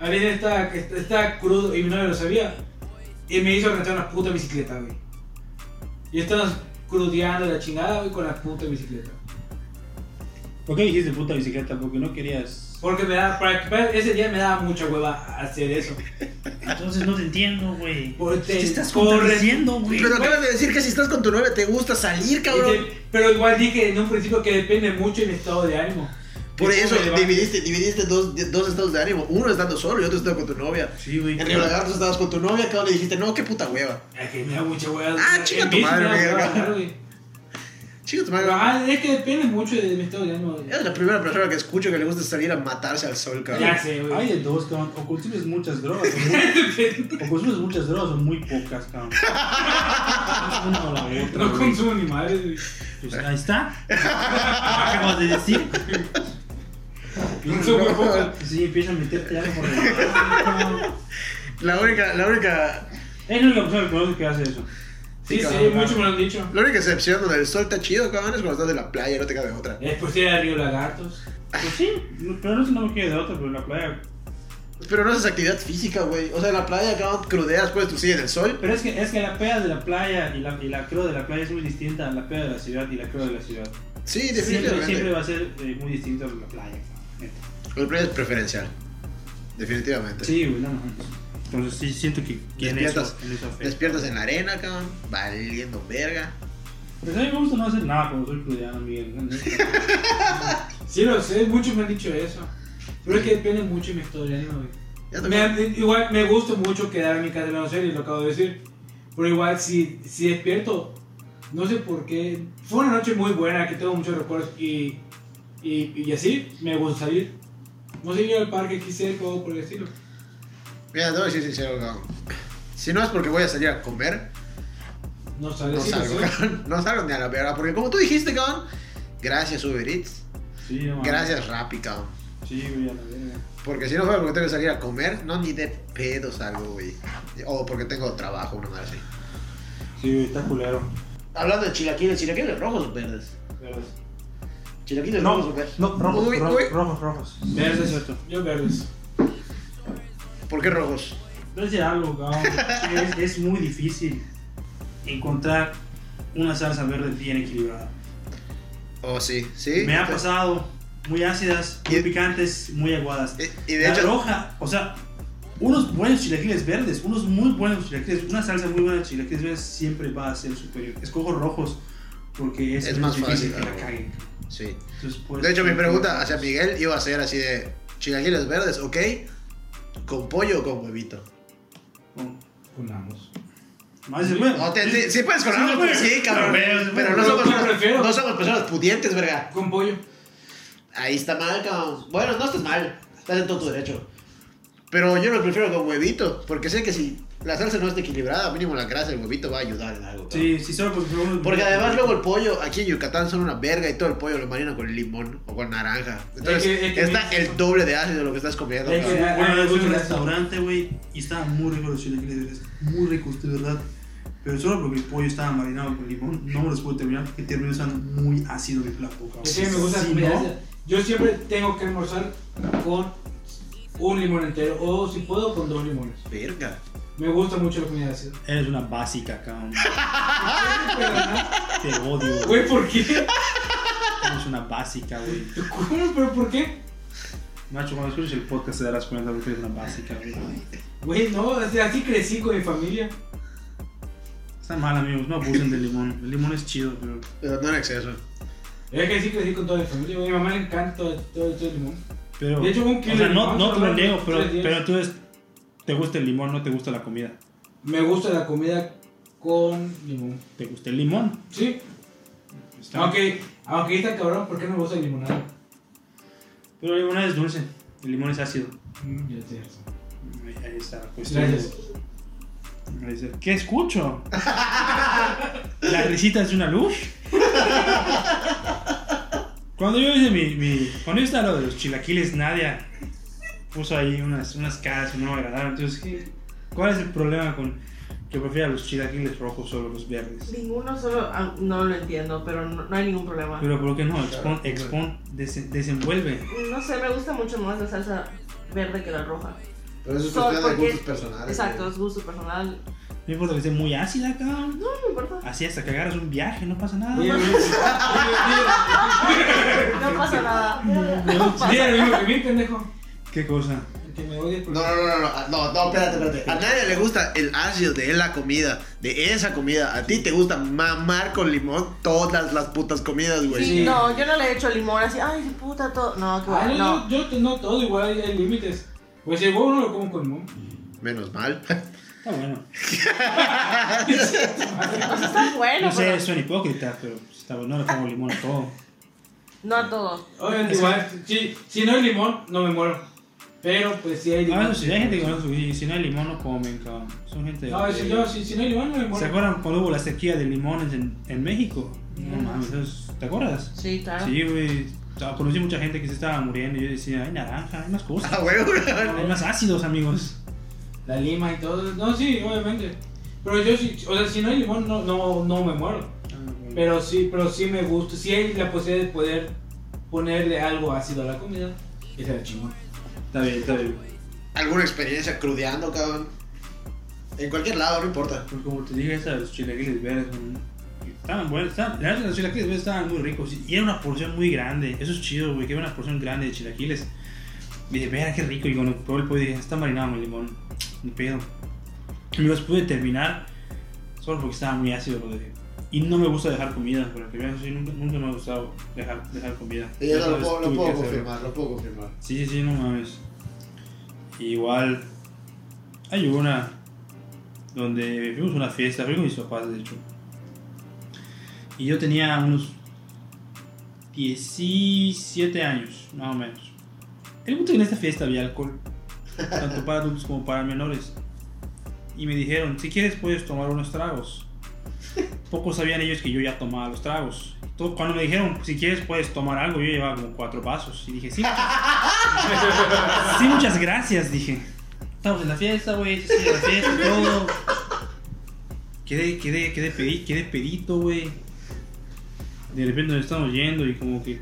S3: A ver, estaba, estaba crudo y mi novia lo sabía. Y me hizo rentar una puta bicicleta, güey. Y estábamos crudeando la chingada, güey, con la puta bicicleta.
S4: ¿Por qué dijiste puta bicicleta? Porque no querías...
S3: Porque me daba, para, para- ese día me daba mucha hueva hacer eso.
S4: Entonces no te entiendo, güey.
S3: Por-
S4: Te estás
S3: por-
S4: corriendo, Pues, güey.
S1: pero acabas de decir que si estás con tu novia te gusta salir,
S3: Y
S1: cabrón.
S3: te- pero igual dije en un principio que depende mucho el estado de ánimo.
S1: Por
S3: De
S1: eso
S3: cómo me levante.
S1: dividiste, dividiste dos, dos estados de ánimo. Uno estando solo y otro estando con tu novia.
S4: Sí, güey.
S1: En Río Lagarto estabas con tu novia, cabrón, le dijiste, no, qué puta hueva.
S3: Ay, que me da mucha hueva.
S1: Ah, chinga tu
S3: En bici
S1: madre,
S3: me da hueva,
S1: verga.
S3: claro, güey.
S1: Chico, tu madre.
S3: Pero, ah, es que depende mucho de mi estado de ánimo. güey.
S1: Eres la primera persona que escucho que le gusta salir a matarse al sol, cabrón.
S3: Ya sé, güey.
S4: Hay de dos, cabrón. O consumes muchas drogas. O, muy- o consumes muchas drogas o muy pocas, cabrón. Es Una o la otra.
S3: No
S4: güey.
S3: consumo ni madre, güey.
S4: Pues ahí está. Acabas de decir.
S3: Consumo poco.
S4: Sí, empieza a meterte algo por el.
S1: La única, la única,
S4: Es la única persona que conozco que hace eso.
S3: Sí, sí,
S1: cabrón.
S3: mucho me lo han dicho.
S1: la única excepción donde el sol está chido, cabrón, es cuando estás en la playa y no te cabe otra.
S3: Después tiene el río Lagartos.
S4: Pues sí, no- pero no sé, no me queda de otra, pero en la playa.
S1: Pero no haces actividad física, güey. O sea, en la playa, cabrón, crudeas, pues tú sigues en el sol.
S4: Pero es que, es que la peda de la playa y la, y la cruda de la playa es muy distinta a la peda de la ciudad y la cruda de la ciudad.
S1: Sí,
S4: Siempre,
S1: definitivamente.
S4: siempre va a ser eh, muy distinto a la playa, cabrón, neta.
S1: La playa es preferencial. Definitivamente.
S4: Sí, güey, no mames. Entonces sí siento que, que en
S1: Despiertas.
S4: eso, en eso afecta.
S1: Despiertas en la arena, cabrón, valiendo verga.
S4: Pues a mí me gusta no hacer nada cuando soy crudeano, Miguel. la neta.
S3: Sí, lo sé, muchos me han dicho eso. Pero es que depende mucho de mi estado de ánimo, güey.
S1: Ya te
S3: Me- igual me gusta mucho quedar en mi casa viendo series, lo acabo de decir. Pero igual si, si despierto, no sé por qué. Fue una noche muy buena, que tengo muchos recuerdos y, y, y así me gusta salir. No sé, ir al parque aquí cerca o por el estilo.
S1: Mira, te voy a decir sincero, cabrón. Si no es porque voy a salir a comer,
S3: No sale,
S1: no
S3: sí, lo
S1: salgo,
S3: sé.
S1: cabrón. No salgo ni a la verga. Porque como tú dijiste, cabrón, gracias Uber Eats,
S4: Sí, no mames.
S1: gracias Rappi, cabrón.
S4: Sí, güey, a la verga.
S1: Porque si no fuera porque tengo que salir a comer, no ni de pedo salgo, güey. O porque tengo trabajo, una madre así.
S4: Sí, güey, está culero.
S1: Hablando de chilaquiles, chilaquiles rojos o verdes.
S4: Verdes.
S1: Chilaquiles rojos o verdes.
S4: no, rojos,
S1: Uy,
S4: ro-
S1: uy.
S4: rojos, rojos.
S3: Verdes,
S4: cierto.
S3: Yo verdes.
S1: ¿Por qué rojos?
S4: Voy a decir algo, cabrón. es, es muy difícil encontrar una salsa verde bien equilibrada.
S1: Oh, sí, sí.
S4: Me ha pasado muy ácidas, muy picantes, muy aguadas.
S1: Y, y de
S4: la
S1: hecho,
S4: roja, o sea, unos buenos chilaquiles verdes, unos muy buenos chilaquiles, una salsa muy buena de chilaquiles verdes siempre va a ser superior. Escojo rojos porque es,
S1: Es más
S4: difícil
S1: fácil,
S4: que la
S1: claro.
S4: caguen.
S1: sí.
S4: Entonces, pues, por
S1: De
S4: eso-
S1: hecho, mi pregunta hacia Miguel iba a ser así de chilaquiles verdes, ¿ok? ¿Con pollo o con huevito?
S4: Bueno,
S3: Unamos.
S4: Más de huevo.
S1: No, te, sí, sí puedes con
S4: Sí,
S1: algo,
S4: güey.
S1: sí, cabrón.
S4: Pero,
S1: Pero,
S4: pero,
S1: no,
S3: pero,
S1: somos,
S3: pero prefiero.
S1: no somos personas pudientes, verga.
S3: Con pollo.
S1: Ahí está mal, cabrón. Bueno, no estás mal. Estás en todo tu derecho. Pero yo lo prefiero con huevito, porque sé que si la salsa no está equilibrada, mínimo la grasa del huevito va a ayudar en algo. cabrón.
S4: Sí, sí, solo porque fue uno-
S1: Porque además luego el pollo, aquí en Yucatán son una verga y todo el pollo lo marinan con limón o con naranja. Entonces
S3: Es que- es que
S1: está
S3: mi-
S1: el doble de ácido lo que estás comiendo.
S3: Es que-
S1: cabrón.
S4: Bueno, yo fui a un
S3: Ah,
S4: restaurante, güey, y estaban muy ricos los chilaquiles verdes. Muy ricos, de verdad. Pero solo porque el pollo estaba marinado con limón, no me los pude terminar porque terminó estando muy ácido mi plato, cabrón.
S3: Es que me gusta
S4: Sí,
S3: comer
S4: ¿no?
S3: ácida. Yo siempre tengo que almorzar con un limón entero o si puedo con dos limones.
S1: Verga.
S3: Me gusta mucho la comida ácida.
S4: Eres una básica, cabrón.
S3: Pero,
S4: Te odio,
S3: ¿no?
S4: güey.
S3: Güey, ¿por qué?
S4: Eres una básica, güey.
S3: ¿Cómo? ¿Pero por qué?
S4: Macho, cuando escuches el podcast te darás cuenta de que eres una básica, güey.
S3: Güey, no, o sea, así crecí con mi familia.
S4: Está mal, amigos, no abusen del limón. El limón es chido, pero.
S1: Pero no en exceso.
S3: Es que así crecí con toda mi familia. güey. A mi mamá le encanta todo, todo, todo el limón.
S4: pero
S3: De hecho, un
S4: o
S3: kilo
S4: sea,
S3: de
S4: no,
S3: limón
S4: no te lo
S3: solo
S4: niego, pero,
S3: tres días.
S4: pero tú es. Te gusta el limón, no te gusta la comida.
S3: Me gusta la comida con limón.
S4: Te gusta el limón.
S3: ¿Sí?
S4: Está-
S3: Aunque, aunque está cabrón, ¿por qué no me gusta el limonada?
S4: Pero la limonada es dulce, el limón es ácido.
S3: Mm, ya es cierto.
S4: Ahí, ahí está la cuestión.
S3: Gracias.
S4: Ahí está. ¿Qué escucho? ¿La risita es una luz? Cuando yo hice mi, mi- Cuando yo estaba lo de los chilaquiles, Nadia puso ahí unas, unas caras que no me agradaron. Entonces, ¿qué- ¿cuál es el problema con que prefiera los chilaquiles rojos o los verdes?
S5: Ninguno solo, ah, no lo entiendo, pero no, no hay ningún problema.
S4: Pero ¿por qué no? Expon, expon dese- desenvuelve.
S5: No sé, me gusta mucho más la salsa verde que la roja.
S1: Pero eso es
S5: Sol,
S1: cuestión Ah, de
S5: porque-
S1: gustos personales.
S5: Exacto,
S1: güey.
S5: es gusto personal.
S4: No importa que esté muy ácida, cabrón.
S5: No, no me importa.
S4: Así hasta que agarras un viaje, no pasa nada.
S3: Oye, oye, oye,
S5: No pasa nada. No pasa
S3: oye,
S5: nada.
S3: oye, lo mismo que mí, pendejo.
S4: ¿Qué cosa?
S3: Que me odies por-
S1: No, no, no, no, no, no, no, espérate, espérate. A nadie le gusta el ácido de la comida, de esa comida. A ti te gusta mamar con limón todas las putas comidas, güey.
S5: Sí, no, yo no le he hecho limón así, ay, puta, todo. No, que
S3: Ah,
S5: bueno,
S3: no,
S5: no.
S3: yo, yo no todo, igual hay, hay límites. Pues el huevo no lo como con limón.
S1: Menos mal.
S4: Está bueno.
S5: Pues está bueno,
S4: No sé,
S5: pero
S4: son hipócritas, pero está bueno, no le pongo limón a todo.
S5: no a todo.
S3: Obviamente, igual, si, si no hay limón, no me muero. Pero pues si hay
S4: A
S3: limón.
S4: veces si hay gente que Ah, no y si no hay limón no comen, cabrón. Son gente de...
S3: No, si, yo, si, si no hay limón, no me
S4: ¿Se
S3: muero.
S4: acuerdan cuando hubo la sequía de limones en, en México? No mames, eso es- ¿te acuerdas?
S5: Sí, claro.
S4: Sí, güey. O sea, Conocí mucha gente que se estaba muriendo y yo decía, hay naranja, hay más cosas.
S1: Ah, güey, güey.
S4: Hay más ácidos, amigos.
S3: La lima y todo. No, sí, obviamente. Pero yo, si, o sea, si no hay limón, no, no, no me muero. Pero sí, pero sí me gusta. Si hay la posibilidad de poder ponerle algo ácido a la comida, es el chingón.
S4: Está bien, está bien.
S1: ¿Alguna experiencia crudeando, cabrón? En cualquier lado, no importa.
S4: Pues como te dije, esa de los chilaquiles verdes son- estaban buenos. Estaban, la verdad, los chilaquiles verdes estaban muy ricos. Y era una porción muy grande. Eso es chido, güey, que era una porción grande de chilaquiles. Y dije, mira qué rico. Y cuando probé el pollo dije, está marinado con limón. Ni pedo. Y me los pude terminar solo porque estaba muy ácido lo de. Y no me gusta dejar comida, por lo que vean, sí, nunca, nunca me ha gustado dejar, dejar comida.
S1: Y yo
S4: Esa
S1: lo
S4: vez
S1: puedo, lo
S4: tuve
S1: puedo
S4: que hacerlo.
S1: confirmar, lo puedo confirmar.
S4: Sí, sí, sí, no mames. Igual hay una donde fuimos a una fiesta, fui con mis papás de hecho. Y yo tenía unos 17 años, más o menos. El punto es que en esta fiesta había alcohol, tanto para adultos como para menores. Y me dijeron, si quieres puedes tomar unos tragos. Pocos sabían ellos que yo ya tomaba los tragos. Todo- Cuando me dijeron, si quieres puedes tomar algo, yo llevaba como cuatro vasos. Y dije, sí, Sí, muchas gracias, dije. Estamos en la fiesta, güey. Sí, en la fiesta, y todo. Quedé, quedé, quedé, pedi- quedé pedito, güey. De repente nos estamos yendo y como que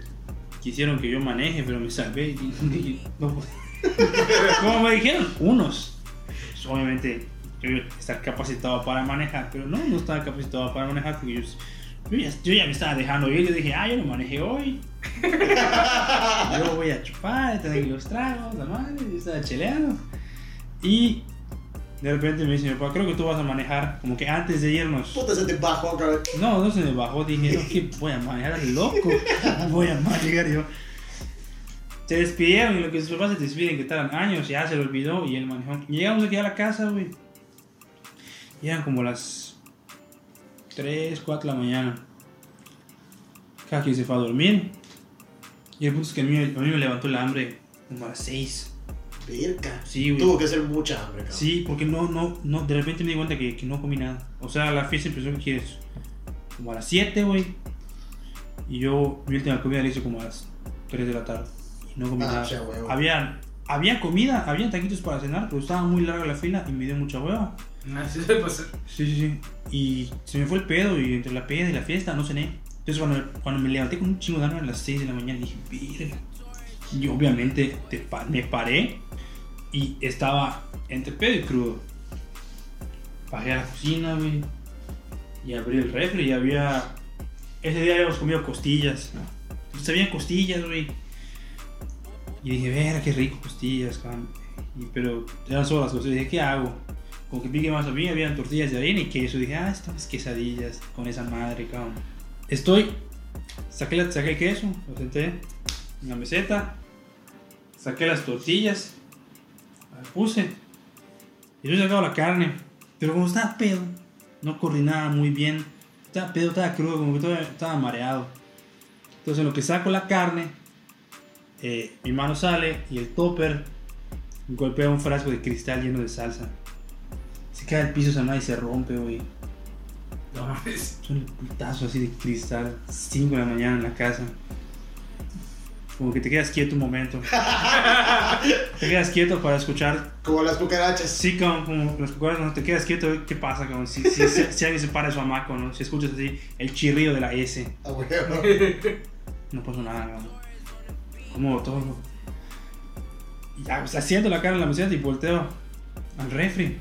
S4: quisieron que yo maneje, pero me salvé. Y dije, no puedo. Como me dijeron, unos. Pues, obviamente, yo iba a estar capacitado para manejar, pero no, no estaba capacitado para manejar porque yo, yo ya, yo ya me estaba dejando ir. Yo dije, ah, yo no manejé hoy. Yo voy a chupar, tener los tragos, la madre, yo estaba cheleando. Y de repente me dice mi papá, creo que tú vas a manejar, como que antes de irnos.
S1: Puta, se te bajó, cabrón.
S4: No, no se me bajó, dije, no, que voy a manejar, loco, voy a manejar yo. Se despidieron y lo que sus papás se despiden, que estaban años, ya se lo olvidó y él manejó. Llegamos aquí a la casa, güey. Y eran como las 3, 4 de la mañana. Cada quien se fue a dormir. Y el punto es que a mí, a mí me levantó el hambre como a las 6.
S1: Virca.
S4: Sí, güey.
S1: Tuvo que ser mucha hambre, cabrón.
S4: Sí, porque no, no, no, de repente me di cuenta que, que no comí nada. O sea, la fiesta empezó que quieres como a las 7, güey. Y yo mi última comida la hice como a las 3 de la tarde. Y no comí
S1: Ah,
S4: nada.
S1: o sea, huevo.
S4: había, había comida, había taquitos para cenar, pero estaba muy larga la fila y me dio mucha hueva.
S3: Así debe pasar.
S4: Sí, sí, sí. Y se me fue el pedo y entre la peda y la fiesta no cené. Entonces cuando, cuando me levanté con un chingo de hambre a las 6 de la mañana dije, verga. Y obviamente te pa- me paré y estaba entre pedo y crudo. Bajé a la cocina, güey. Y abrí el refri y había... Ese día habíamos comido costillas. Entonces había costillas, güey. Y dije, verga, qué rico costillas, cabrón. Y, pero eran solo las costillas. Dije, ¿qué hago? Como que pique más a mí, habían tortillas de harina y queso. Dije, ah, estas quesadillas con esa madre, cabrón. Estoy. Saqué, la- saqué el queso, lo senté en la meseta. Saqué las tortillas. Las puse. Y yo he sacado la carne. Pero como estaba pedo, no coordinaba muy bien. Estaba pedo, estaba crudo, como que todavía estaba mareado. Entonces, en lo que saco la carne, eh, mi mano sale y el topper golpea un frasco de cristal lleno de salsa. Se cae al piso Samá y se rompe, güey.
S3: No mames.
S4: Son el putazo así de cristal, 5 de la mañana en la casa. Como que te quedas quieto un momento. te quedas quieto para escuchar.
S1: Como las cucarachas.
S4: Sí, como, como las cucarachas, no te quedas quieto, a ver qué pasa, cabrón. Si, si, si, si alguien se para de su hamaco, ¿no? Si escuchas así el chirrido de la S,
S1: A Ah, huevo.
S4: no pasó nada, cabrón. Como todo. Y Ya, pues asiento la cara en la meseta y volteo al refri.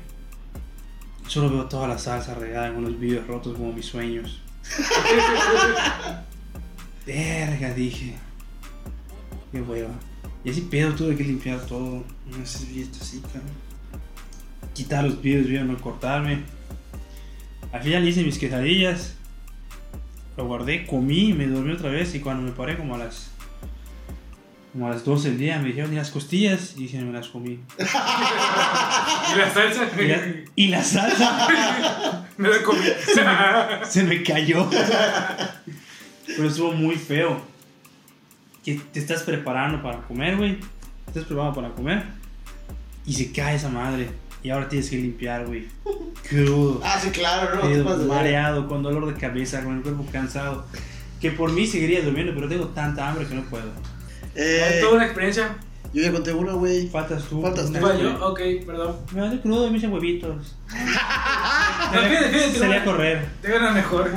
S4: Solo veo toda la salsa regada en unos vídeos rotos como mis sueños. Verga, dije. Qué hueva. Y así pedo tuve que limpiar todo. No sé si esto así, cabrón. Quitar los vídeos, vieron, no cortarme. Al final hice mis quesadillas. Lo guardé, comí, me dormí otra vez. Y cuando me paré, como a las. Como a las 12 del día, me dijeron, ¿y las costillas? Y dije, me las comí.
S3: ¿Y la salsa?
S4: Y la, y la salsa
S3: Me la comí. Eh,
S4: se me cayó. Pero estuvo muy feo. Que te estás preparando para comer, güey. Te estás preparando para comer. Y se cae esa madre. Y ahora tienes que limpiar, güey. Crudo.
S1: Ah, sí, claro, no, te
S4: pedo,
S1: pasas de ver.
S4: mareado, con dolor de cabeza, con el cuerpo cansado. Que por mí seguiría durmiendo, pero tengo tanta hambre que no puedo.
S1: Eh,
S3: Toda una experiencia.
S1: yo ya conté una, güey.
S4: Faltas tú.
S1: Faltas tú.
S4: Una-
S3: Igual yo, ok, perdón.
S4: Me hace crudo y me hice huevitos.
S3: No, fíjate, fíjate.
S4: Salí a
S3: una-
S4: correr.
S3: Tengo una mejor.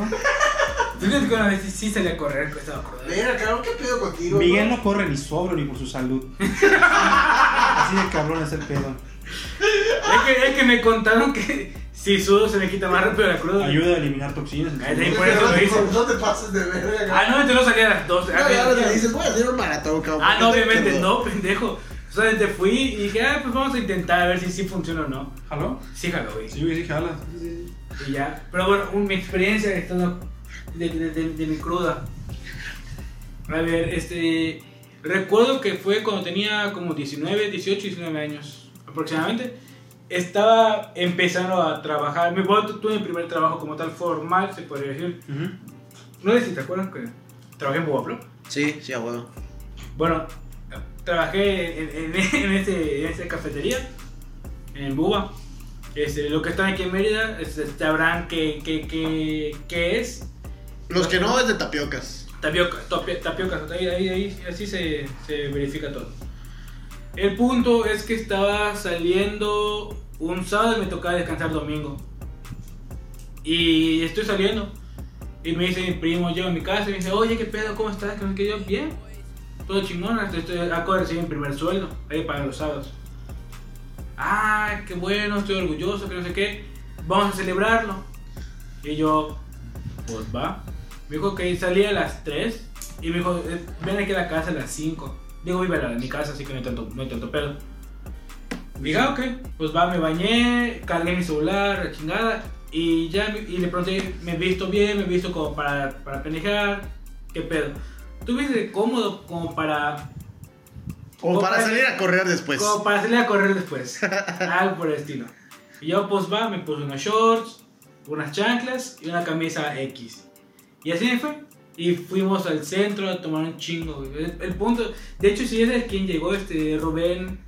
S3: Fíjate que una vez sí- sí salí a correr, que estaba corriendo.
S1: Mira, cabrón, ¿qué pedo contigo?
S4: Miguel
S1: bro?
S4: no corre ni sobro ni por su salud. Así de cabrón es el pedo.
S3: Es que, es que me contaron que si sudo se me quita más rápido la cruda.
S4: Ayuda a eliminar toxinas.
S3: Cállate,
S1: Pero
S3: por
S1: no
S3: eso lo
S1: te-
S3: hice.
S1: No te pases de verga,
S3: Ah, no, yo no salí a las 12.
S1: No, y ahora te dices, voy a hacer un maratón, cabrón.
S3: Ah, no, obviamente
S1: Pero-
S3: no, pendejo. O sea, te fui y dije, ah, pues vamos a intentar a ver si sí funciona o no.
S4: ¿Jaló?
S3: Sí, jalo, güey.
S4: Sí, güey, sí, jala.
S3: Y ya. Pero bueno, un- mi experiencia estando de, de, de- de mi cruda. A ver, este. Recuerdo que fue cuando tenía como 19, 18, 19 años aproximadamente. Estaba empezando a trabajar. Me bueno, tu- tuve mi primer trabajo como tal formal, se podría decir.
S4: Ujú.
S3: No sé si te acuerdas que trabajé en Bobaplo.
S1: Sí, sí, a huevo.
S3: Bueno, trabajé en, en, en este, en esta cafetería, en Buba. Este, lo que están aquí en Mérida, este, sabrán qué que, que, que es.
S1: Los que no es de tapiocas.
S3: Tapioca, topi- tapioca, ahí, ahí, ahí, así se, se verifica todo. El punto es que estaba saliendo un sábado y me tocaba descansar domingo. Y estoy saliendo. Y me dice mi primo, llego a mi casa y me dice, oye, qué pedo, ¿cómo estás? Que no sé qué, yo, bien. Todo chingón, hasta estoy, acabo de recibir mi primer sueldo, ahí para los sábados. Ah, qué bueno, estoy orgulloso, que no sé qué. Vamos a celebrarlo. Y yo, pues va. Me dijo que salía a las 3 y me dijo, eh, ven aquí a la casa a las 5. Digo, vive a la de mi casa, así que no hay tanto, no hay tanto pedo. Dije, ah, ok, pues va, me bañé, cargué mi celular, la chingada. Y ya, me- y le pregunté, me he visto bien, me he visto como para, para pendejar, qué pedo. ¿Tú viste cómodo como para,
S1: Como
S3: Como
S1: para
S3: para-
S1: salir a correr después.
S3: como para salir a correr después? Algo por el estilo. Y yo, pues va, me puse unos shorts, unas chanclas y una camisa X. Y así me fue. Y fuimos al centro a tomar un chingo. güey. El, el punto, de hecho, si es quien llegó, este Rubén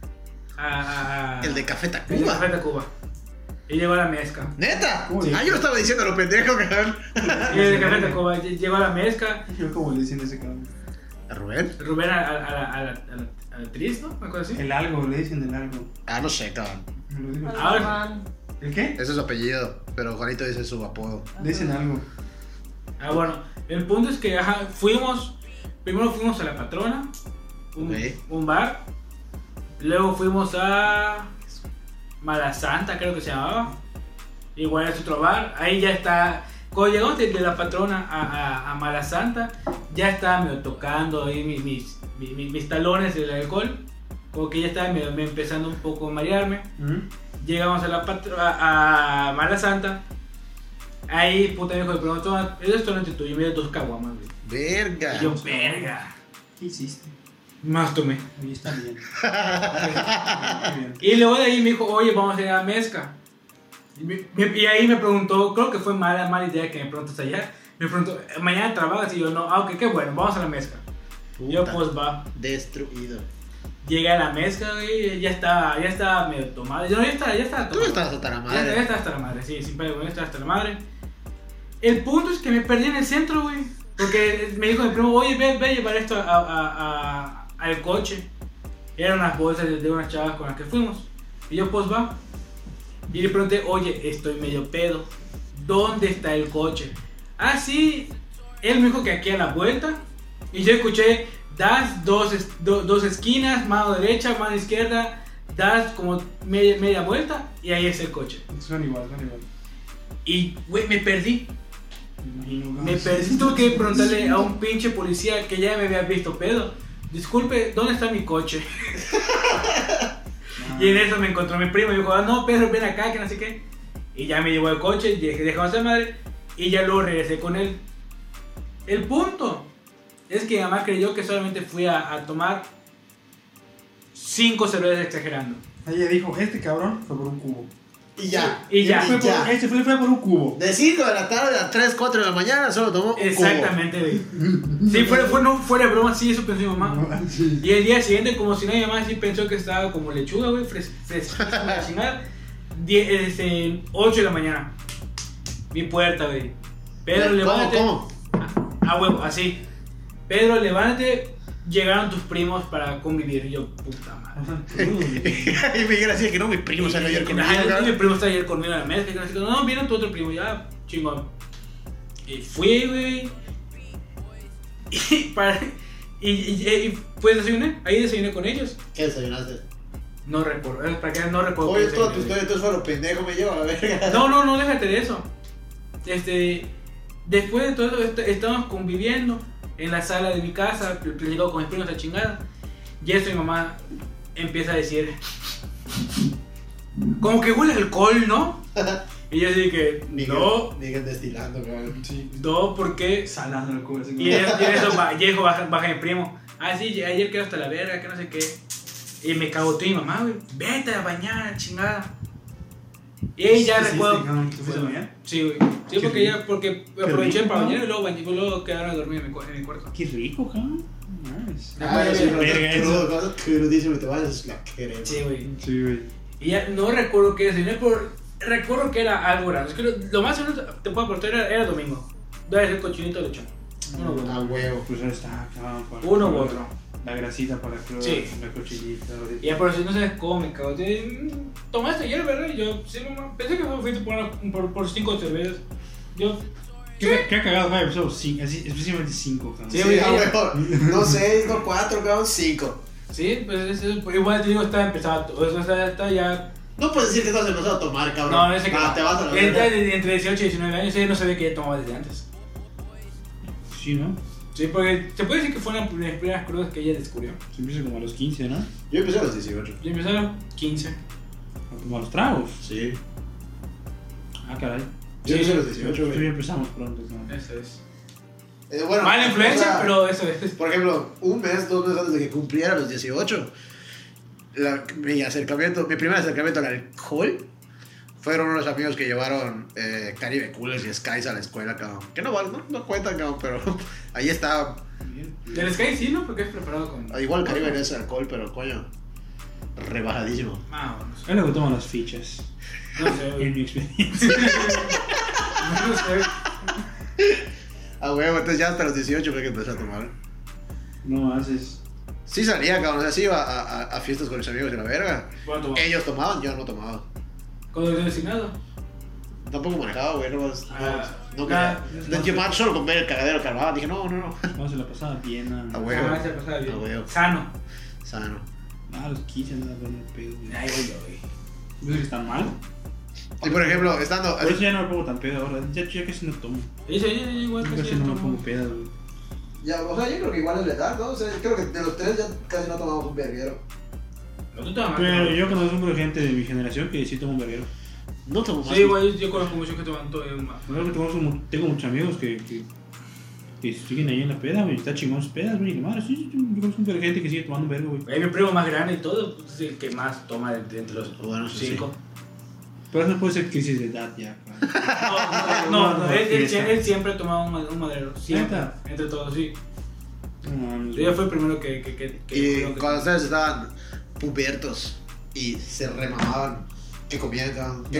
S3: a. a- a-
S1: El de Café
S3: el de
S1: Tacuba.
S3: Café Tacuba. Y llegó a la mezca.
S1: Neta.
S4: Uy.
S1: Ah, yo lo estaba diciendo lo pendejo, cabrón.
S3: Y el de Café Tacuba lle- llegó a la mezca.
S4: Yo como le dicen ese cabrón.
S1: ¿A Rubén?
S3: Rubén a, a- a la, a, la, a, la, a la actriz, ¿no? Una cosa así.
S4: El algo, le dicen del algo.
S1: Ah, no sé, cabrón.
S4: Me lo digo.
S3: Ahora-
S5: Alemán.
S4: ¿El qué?
S1: Ese es su apellido, pero Juanito dice su apodo.
S4: Le dicen algo.
S3: Ah, bueno. El punto es que ajá, fuimos. Primero fuimos a la patrona, un,
S1: Ok.
S3: un bar. Luego fuimos a Malasanta, creo que se llamaba. Igual es otro bar. Ahí ya está. Cuando llegamos de de la patrona a, a, a Malasanta, ya estaba medio tocando ahí mi- mis, mi- mi- mis talones del alcohol. Como que ya estaba medio- medio empezando un poco a marearme.
S4: Ujú.
S3: Llegamos a la patro- a, a Mala Santa. Ahí puta viejo me preguntó, toma, el restaurante tuyo, mira dos caguamas, güey.
S1: Verga.
S3: Y yo, verga.
S4: ¿Qué hiciste?
S3: Más tomé.
S4: Ahí está bien. Muy bien.
S3: Y luego de ahí me dijo, oye, vamos a ir a la mezca. Y, me- me- y ahí me preguntó, creo que fue mala, mala idea que me preguntas allá. Me preguntó, ¿mañana trabajas? Y yo, no, ah, ok, qué bueno, vamos a la mezca. Yo
S1: Puta.
S3: pues va.
S1: Destruido.
S3: Llegué a la mezcla, güey, ya estaba, ya estaba medio tomado. Yo ya estaba, ya estaba
S1: Tú no
S3: tomado.
S1: estabas hasta la
S3: Ya estaba, ya
S1: madre.
S3: estaba hasta la madre, sí, sin pedo, güey, ya estaba hasta la madre. El punto es que me perdí en el centro, güey. Porque me dijo mi primo, oye, ve, ve a llevar esto a- a- a- al coche. Eran unas bolsas de, de unas chavas con las que fuimos. Y yo, pues va. Y le pregunté, oye, estoy medio pedo. ¿Dónde está el coche? Ah, sí. Él me dijo que aquí a la vuelta. Y yo escuché, das dos, es- do- dos esquinas, mano derecha, mano izquierda. Das como media, media vuelta. Y ahí es el coche.
S4: Son igual, son igual.
S3: Y, güey, me perdí.
S4: Me imagino,
S3: Me
S4: güey.
S3: perdí. Tuve que preguntarle a un pinche policía que ya me había visto pedo. Disculpe, ¿dónde está mi coche?
S4: Ah,
S3: Y en eso me encontró mi primo y dijo, ah, no, Pedro, ven acá, que no sé qué. Y ya me llevó el coche, y dejé- dejamos a esa madre y ya luego regresé con él. El punto es que mi mamá creyó que solamente fui a, a tomar cinco cervezas exagerando.
S4: Ella dijo, este cabrón fue por un cubo.
S1: Y ya.
S3: Y ya.
S4: Fue por- Este fue, fue por un cubo.
S1: De 5 de la tarde a 3, 4 de la mañana solo tomó un cubo.
S3: Exactamente, güey. Sí, fuera, fue, no, fuera de broma, sí, eso pensó mi mamá. Y el día siguiente, como si nadie más, sí pensó que estaba como lechuga, güey, fres, fres, la chingada. Die- este, 8 de la mañana. Mi puerta, güey. Pedro,
S1: ¿Cómo,
S3: levántate.
S1: cómo?
S3: A huevo, así. Pedro, levántate. Llegaron tus primos para convivir. Y yo, puta madre.
S1: y me gracias que no, mi primo salió ayer
S3: Y-
S1: conmigo.
S3: ajá,
S1: cabrón.
S3: Mi primo está ayer conmigo en la mesa. y que no sé qué. No, vino tu otro primo, ya, chingón. Y fui, güey. Y, para, y, y- y- pues desayuné. Ahí desayuné con ellos.
S1: ¿Qué desayunaste?
S3: No recuerdo, eh, para que no recuerdo.
S1: Oye,
S3: qué
S1: toda tu
S3: desayuné.
S1: historia, tú solo pendejo me lleva a la verga.
S3: No, no, no, déjate de eso. Este, después de todo eso, est- estábamos conviviendo en la sala de mi casa, pl- platicando con mis primos la chingada. Y eso mi mamá empieza a decir, como que huele a alcohol, ¿no? Y yo así que,
S1: Miguel,
S3: no,
S1: Miguel destilando, cabrón.
S4: Sí.
S3: no, porque...
S4: Salando el cubo. así
S3: Y en eso, y en eso ba- y dijo, baja, baja mi primo, ah, sí, ya- ayer quedó hasta la verga, que no sé qué. Y me cagoteó mi mamá, güey, vete a bañar, chingada. Y ahí ya
S4: ¿Qué
S3: recuerdo...
S4: hiciste, cabrón? ¿Te fuiste a bañar?
S3: Sí, güey. Sí,
S4: Qué
S3: porque
S4: rico.
S3: ya, porque
S4: Qué
S3: aproveché
S4: rico,
S3: para
S4: ¿no?
S3: bañar y luego, bañé- y luego quedaron a dormir en mi, cu- en mi cuarto.
S4: Qué rico, cabrón. Nice.
S3: Ah,
S1: Ay,
S3: sí,
S1: pero
S4: verga,
S1: estás
S4: eso.
S1: crudo, cuando estás crudísimo y te vas es la crema.
S3: Sí, güey.
S4: Sí, güey.
S3: Y ya no recuerdo qué desayuné, pero recuerdo que era algo raro. Es que lo, lo más seguro te puedo aportar era, era domingo. Debe ser cochinito de lechón. Uno u
S1: A
S3: otro.
S1: huevo.
S4: Pues ahí está, cabrón. para-
S3: Uno u otro.
S4: La grasita para que
S3: Sí.
S4: la cochinita.
S3: Y ya, pero si no sabes cómo me cago. te- mm, Tomaste ayer, ¿verdad? Y yo, sí, mamá. Pensé que fue- fuiste por, por, por cinco cervezas. Yo,
S4: ¿Qué, qué ha cagado Five Episode? Sí, así- específicamente 5, cabrón.
S3: Sí, güey,
S1: a
S3: sí.
S1: huevo. No seis, no cuatro, cabrón, cinco.
S3: sí, pues es- es- igual te digo, estaba empezado. O sea, está- está ya
S1: No puedes decir que estás empezando a tomar, cabrón.
S3: No, no sé qué.
S1: Ah, te vas a la
S3: Entre,
S1: verga.
S3: entre 18 y 19 años, ella no sabía que ella tomaba desde antes.
S4: Sí, ¿no?
S3: Sí, porque se puede decir que fueron las primeras crudas que ella descubrió.
S4: Se empieza como a los 15, ¿no?
S1: Yo empecé a los 18.
S3: Yo empecé a los 15.
S4: Como a los tragos.
S1: Sí.
S4: Ah, caray.
S1: Yo
S3: Sí,
S1: empecé a los
S3: sí,
S1: 18,
S4: Tú
S1: güey.
S4: ya empezamos pronto, ¿no?
S3: Eso es.
S1: Eh, bueno,
S3: Mala influencia,
S1: o sea,
S3: pero eso es.
S1: Por ejemplo, un mes, dos meses antes de que cumpliera los 18, la- mi acercamiento, mi primer acercamiento al alcohol fueron unos amigos que llevaron eh, Caribe Coolers y Skies a la escuela, cabrón. Que no, val- no, no cuentan, cabrón, pero ahí está.
S3: Del Sky sí, ¿no? Porque es preparado con.
S1: Igual Caribe no es alcohol, pero coño, rebajadísimo.
S3: Ah, bueno, no sé.
S4: Es lo que toman las fichas.
S3: No sé, güey.
S4: En mi experiencia.
S3: No sé.
S1: Ah, huevo, entonces ya hasta los 18 fue que empecé a tomar.
S4: No haces.
S1: Sí salía, cabrón, o sea, sí iba a, a- a fiestas con mis amigos de la verga.
S3: ¿Cuánto va?
S1: Ellos tomaban, yo no tomaba.
S3: Conductor designado.
S1: Tampoco manejaba, güey, no, no,
S3: Ah,
S1: no
S3: ah,
S1: quería. De hecho, man, solo con ver el cagadero que armaba, dije, no, no, no.
S4: No se la pasaba bien.
S1: A
S4: A
S1: huevo.
S3: Ah, se pasaba bien.
S1: Ah, huevo.
S3: Sano.
S1: Sano.
S4: Ah, los 15 no la ponen el pedo, güey.
S3: Ay, güey, güey.
S4: ¿Ves que están mal?
S1: Y por ejemplo, estando.
S4: Por eso ya no me pongo tan pedo ahora. Ya, ya casi no tomo.
S3: Eso, yo, yo, igual
S4: Yo
S3: casi
S4: casi
S3: no
S4: no me
S3: tomo.
S4: pongo pedo, güey.
S1: Ya, o sea, yo creo que igual es la edad, ¿no? O sea, creo que de los tres ya casi no tomamos un verguero.
S3: No, tú te amas.
S4: Pero yo conozco por gente de mi generación que sí toma un verguero.
S1: No tomamos
S3: Sí, güey, yo conozco muchos que toman todo un más.
S4: Yo creo que tengo, muchos- tengo muchos amigos que, que, que siguen ahí en la peda, güey. Está chingón sus pedas, güey. y la Madre, sí, sí, yo conozco un vergo de gente que sigue tomando un vergo, güey.
S3: Es mi primo más grande y todo, pues, es el que más toma de, de entre los
S1: Bueno, eso sí.
S3: cinco.
S4: Pero eso puede ser crisis de edad ya. cabrón.
S3: No, no, no, él, él sie- él siempre ha tomado un, ma- un madero. Siempre.
S4: ¿Neta?
S3: Entre todos, sí.
S4: Ah,
S2: mames,
S3: Yo ya
S2: güey.
S3: fue el primero que. que, que, que-
S1: Y
S3: que-
S1: cuando ustedes estaban pubertos y se remamaban, que comían, que
S4: Yo soy Lo